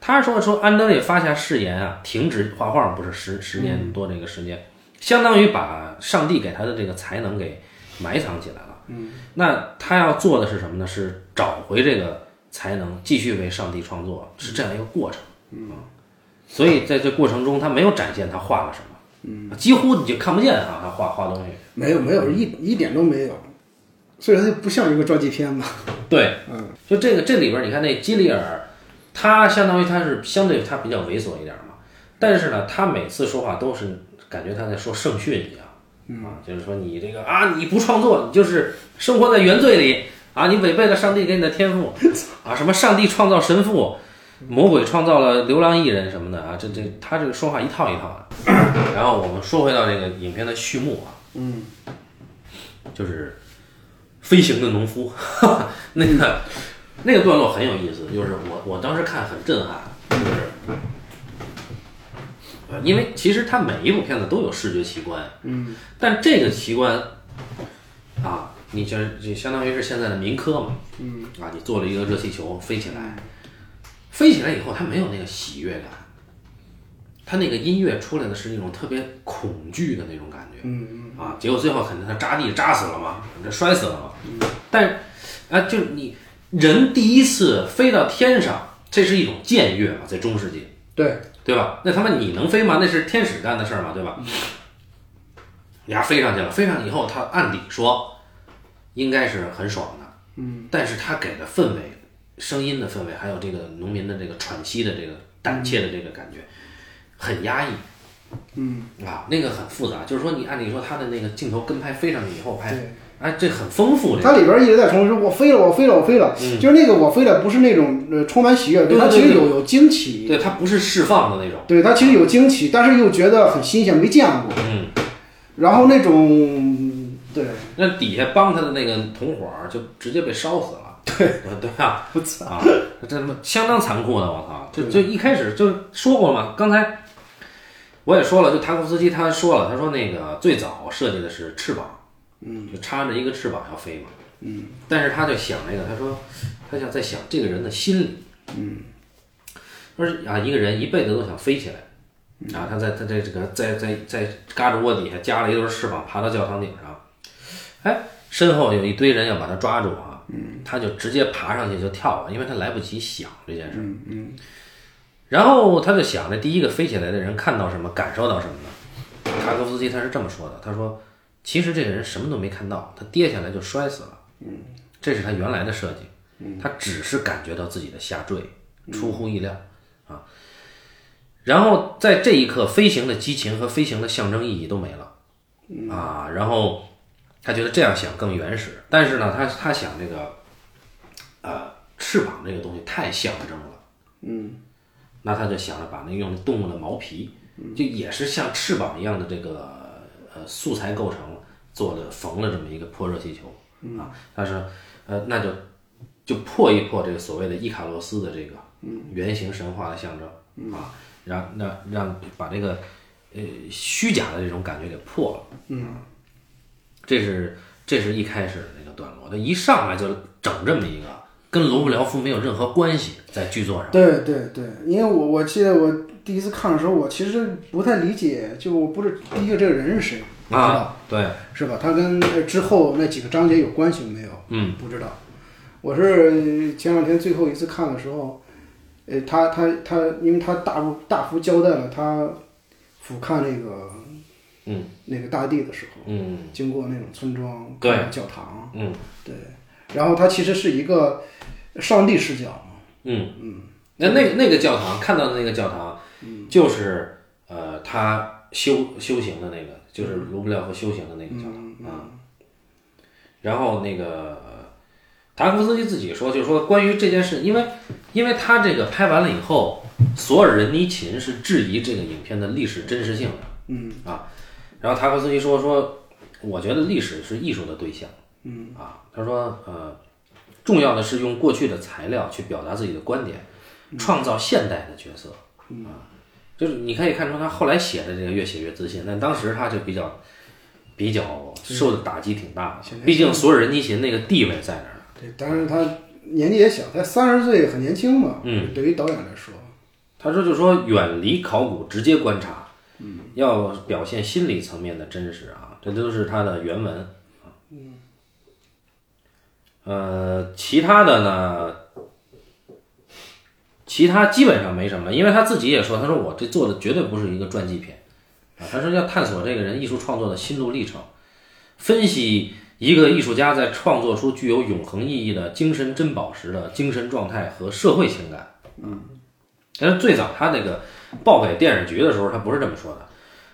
Speaker 2: 他说说安德烈发下誓言啊，停止画画不是十十年多这个时间，相当于把上帝给他的这个才能给埋藏起来了。嗯，那他要做的是什么呢？是找回这个才能，继续为上帝创作，是这样一个过程。啊所以在这过程中，他没有展现他画了什么，嗯，几乎你就看不见啊，他画画东西。
Speaker 1: 没有没有一一点都没有，所以它就不像一个传记片嘛。
Speaker 2: 对，嗯，就这个这里边，你看那基里尔，他相当于他是相对他比较猥琐一点嘛，但是呢，他每次说话都是感觉他在说圣训一样，啊，就是说你这个啊，你不创作，你就是生活在原罪里啊，你违背了上帝给你的天赋啊，什么上帝创造神父，魔鬼创造了流浪艺人什么的啊，这这他这个说话一套一套的。然后我们说回到这个影片的序幕啊，嗯，就是飞行的农夫， 那个那个段落很有意思，就是我我当时看很震撼，就是。呃因为其实它每一部片子都有视觉奇观，嗯，但这个奇观啊，你这这相当于是现在的民科嘛，嗯，啊，你做了一个热气球飞起来，飞起来以后它没有那个喜悦感，它那个音乐出来的是那种特别恐惧的那种感觉，嗯嗯，啊，结果最后肯定他扎地扎死了嘛，这摔死了嘛，但啊，就是你人第一次飞到天上，这是一种僭越嘛，在中世纪，
Speaker 1: 对，
Speaker 2: 对吧？那他妈你能飞吗？那是天使干的事儿嘛，对吧？你丫飞上去了，飞上以后，他按理说应该是很爽的，嗯，但是他给的氛围、声音的氛围，还有这个农民的这个喘息的这个胆怯的这个感觉，很压抑，嗯啊，那个很复杂，就是说你按理说他的那个镜头跟拍飞上去以后拍
Speaker 1: 对，
Speaker 2: 哎，这很丰富，这个
Speaker 1: 它里边一直在重复说“我飞了，我飞了，我飞了”，就是那个“我飞了”不是那种呃充满喜悦，
Speaker 2: 嗯对
Speaker 1: 它
Speaker 2: 对
Speaker 1: 其实
Speaker 2: 对
Speaker 1: 有有惊奇，
Speaker 2: 对，它不是释放的那种，
Speaker 1: 对，它其实有惊奇，但是又觉得很新鲜，没见过。
Speaker 2: 嗯，
Speaker 1: 然后那种对，
Speaker 2: 那底下帮他的那个同伙儿就直接被烧死了。 对对 啊，
Speaker 1: 我操，
Speaker 2: 啊，这他妈相当残酷的，我操！就就一开始就说过嘛，刚才我也说了，就塔可夫斯基他说了，他说那个最早设计的是翅膀，嗯，就插着一个翅膀要飞嘛，嗯，但是他就想那个，他说他想在想这个人的心理，嗯，他说啊，一个人一辈子都想飞起来。啊，他在他在这个在在在嘎吱窝底下加了一对翅膀，爬到教堂顶上，哎，身后有一堆人要把他抓住啊，他就直接爬上去就跳了，因为他来不及想这件事。嗯嗯。然后他就想着第一个飞起来的人看到什么，感受到什么呢？塔科夫斯基他是这么说的，他说其实这个人什么都没看到，他跌下来就摔死了。嗯，这是他原来的设计，他只是感觉到自己的下坠出乎意料啊。然后在这一刻，飞行的激情和飞行的象征意义都没了啊。然后他觉得这样想更原始，但是呢，他他想这个呃翅膀这个东西太象征了。那他就想着把那用动物的毛皮，就也是像翅膀一样的这个呃素材构成做的缝了这么一个破热气球啊，但是呃那就就破一破这个所谓的伊卡洛斯的这个圆形神话的象征啊，让让让把这个呃虚假的这种感觉给破了，嗯，这是这是一开始的那个段落，他一上来就整这么一个。跟罗布廖夫没有任何关系，在剧作上。
Speaker 1: 对对对，因为我我记得我第一次看的时候，我其实不太理解，就我不是第一个这个人是谁，不知道
Speaker 2: 啊，对，
Speaker 1: 是吧？他跟呃之后那几个章节有关系没有？
Speaker 2: 嗯，
Speaker 1: 不知道。我是前两天最后一次看的时候，呃，他他他，因为他大幅大幅交代了他俯瞰那个
Speaker 2: 嗯
Speaker 1: 那个大地的时候，
Speaker 2: 嗯
Speaker 1: 经过那种村庄、
Speaker 2: 对
Speaker 1: 教堂，
Speaker 2: 嗯
Speaker 1: 对，然后他其实是一个上帝视角，
Speaker 2: 嗯嗯。那那那个教堂看到的那个教堂，就是呃他修修行的那个，就是卢布廖夫修行的那个教堂啊、然后那个呃塔可夫斯基自己说，就是说关于这件事，因为因为他这个拍完了以后，索尔仁尼琴是质疑这个影片的历史真实性的。嗯啊，然后塔可夫斯基说说，我觉得历史是艺术的对象。嗯啊，他说呃。重要的是用过去的材料去表达自己的观点，创造现代的角色啊，就是你可以看出他后来写的这个越写越自信，但当时他就比较比较受的打击挺大的，毕竟索尔仁尼琴那个地位在那儿。
Speaker 1: 对，但是他年纪也小，才三十岁，很年轻嘛。
Speaker 2: 嗯，
Speaker 1: 对于导演来说，
Speaker 2: 他说就说远离考古，直接观察，嗯，要表现心理层面的真实啊，这都是他的原文啊。嗯，呃，其他的呢，其他基本上没什么了，因为他自己也说，他说我这做的绝对不是一个传记片啊，他说要探索这个人艺术创作的心路历程，分析一个艺术家在创作出具有永恒意义的精神珍宝时的精神状态和社会情感。但是最早他那个报给电视局的时候，他不是这么说的，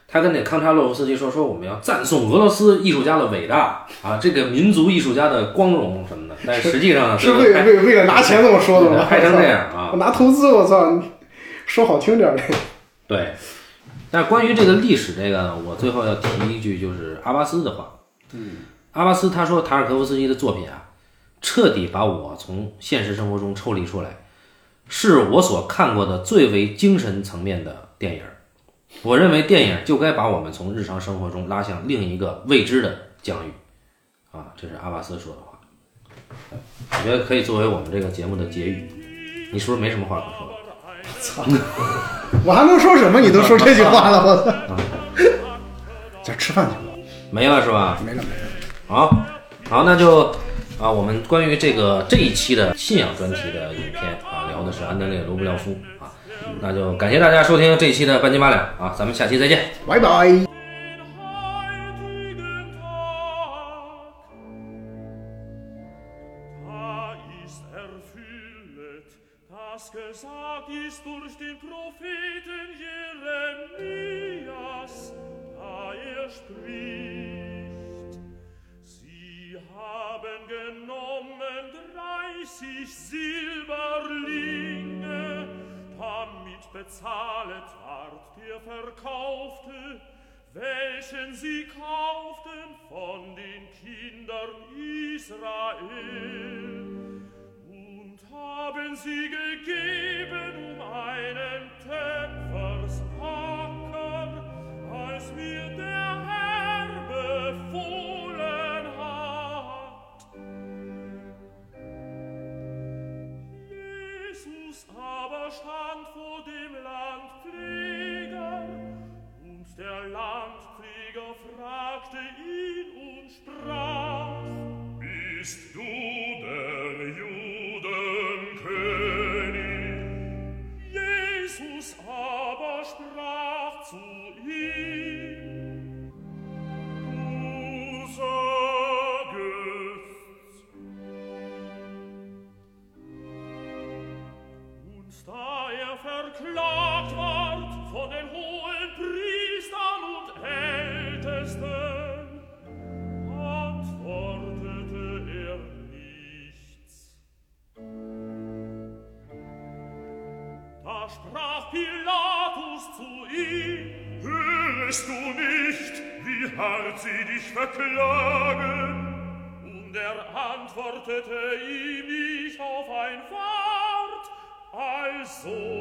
Speaker 2: 他跟那康查洛夫斯基说说我们要赞颂俄罗斯艺术家的伟大啊，这个民族艺术家的光荣什么的。但实际上呢，
Speaker 1: 是
Speaker 2: 这个
Speaker 1: 为
Speaker 2: 啊拍
Speaker 1: 为为了拿钱这么说的吗？
Speaker 2: 拍成这样
Speaker 1: 我操
Speaker 2: 啊，
Speaker 1: 我拿投资，我操！你说好听点儿的，
Speaker 2: 对。但是关于这个历史这个呢，我最后要提一句，就是阿巴斯的话。嗯，阿巴斯他说塔尔科夫斯基的作品啊，彻底把我从现实生活中抽离出来，是我所看过的最为精神层面的电影儿。我认为电影就该把我们从日常生活中拉向另一个未知的疆域，啊，这是阿巴斯说的话，我觉得可以作为我们这个节目的结语。你是不是没什么话可说？
Speaker 1: 我还能说什么？你都说这句话了，我操！ 咱吃饭去吧，
Speaker 2: 没了是吧？
Speaker 1: 没了没了。
Speaker 2: 好，好，那就啊，我们关于这个这一期的信仰专题的影片啊，聊的是安德烈·罗布廖夫啊，那就感谢大家收听这一期的半斤八两啊，咱们下期再见。
Speaker 1: 拜拜。
Speaker 3: Da ist erfüllet, das gesagt ist durch den Propheten Jeremias, da er spricht. Sie haben genommen dreißig Silberlinge, damit bezahlet ward der Verkaufte, welchen sie kauften von den Kindern Israel. Und haben sie gegeben um einen Töpfersacker, als mir der Herr befohlen hat. Jesus aber stand vor dem Landpfleger, und der Landpfleger fragte ihn und sprach, Bist du denn Judenkönig? Jesus zu ihm. Du sagest, Und da er verklagt ward von den hohen Priestern und Ältesten, antwortete er nichts. Da sprach Pilatus zu ihm, Hörest du nicht, wie hart sie dich verklagen? Und er antwortete ihm nicht auf ein Wort, also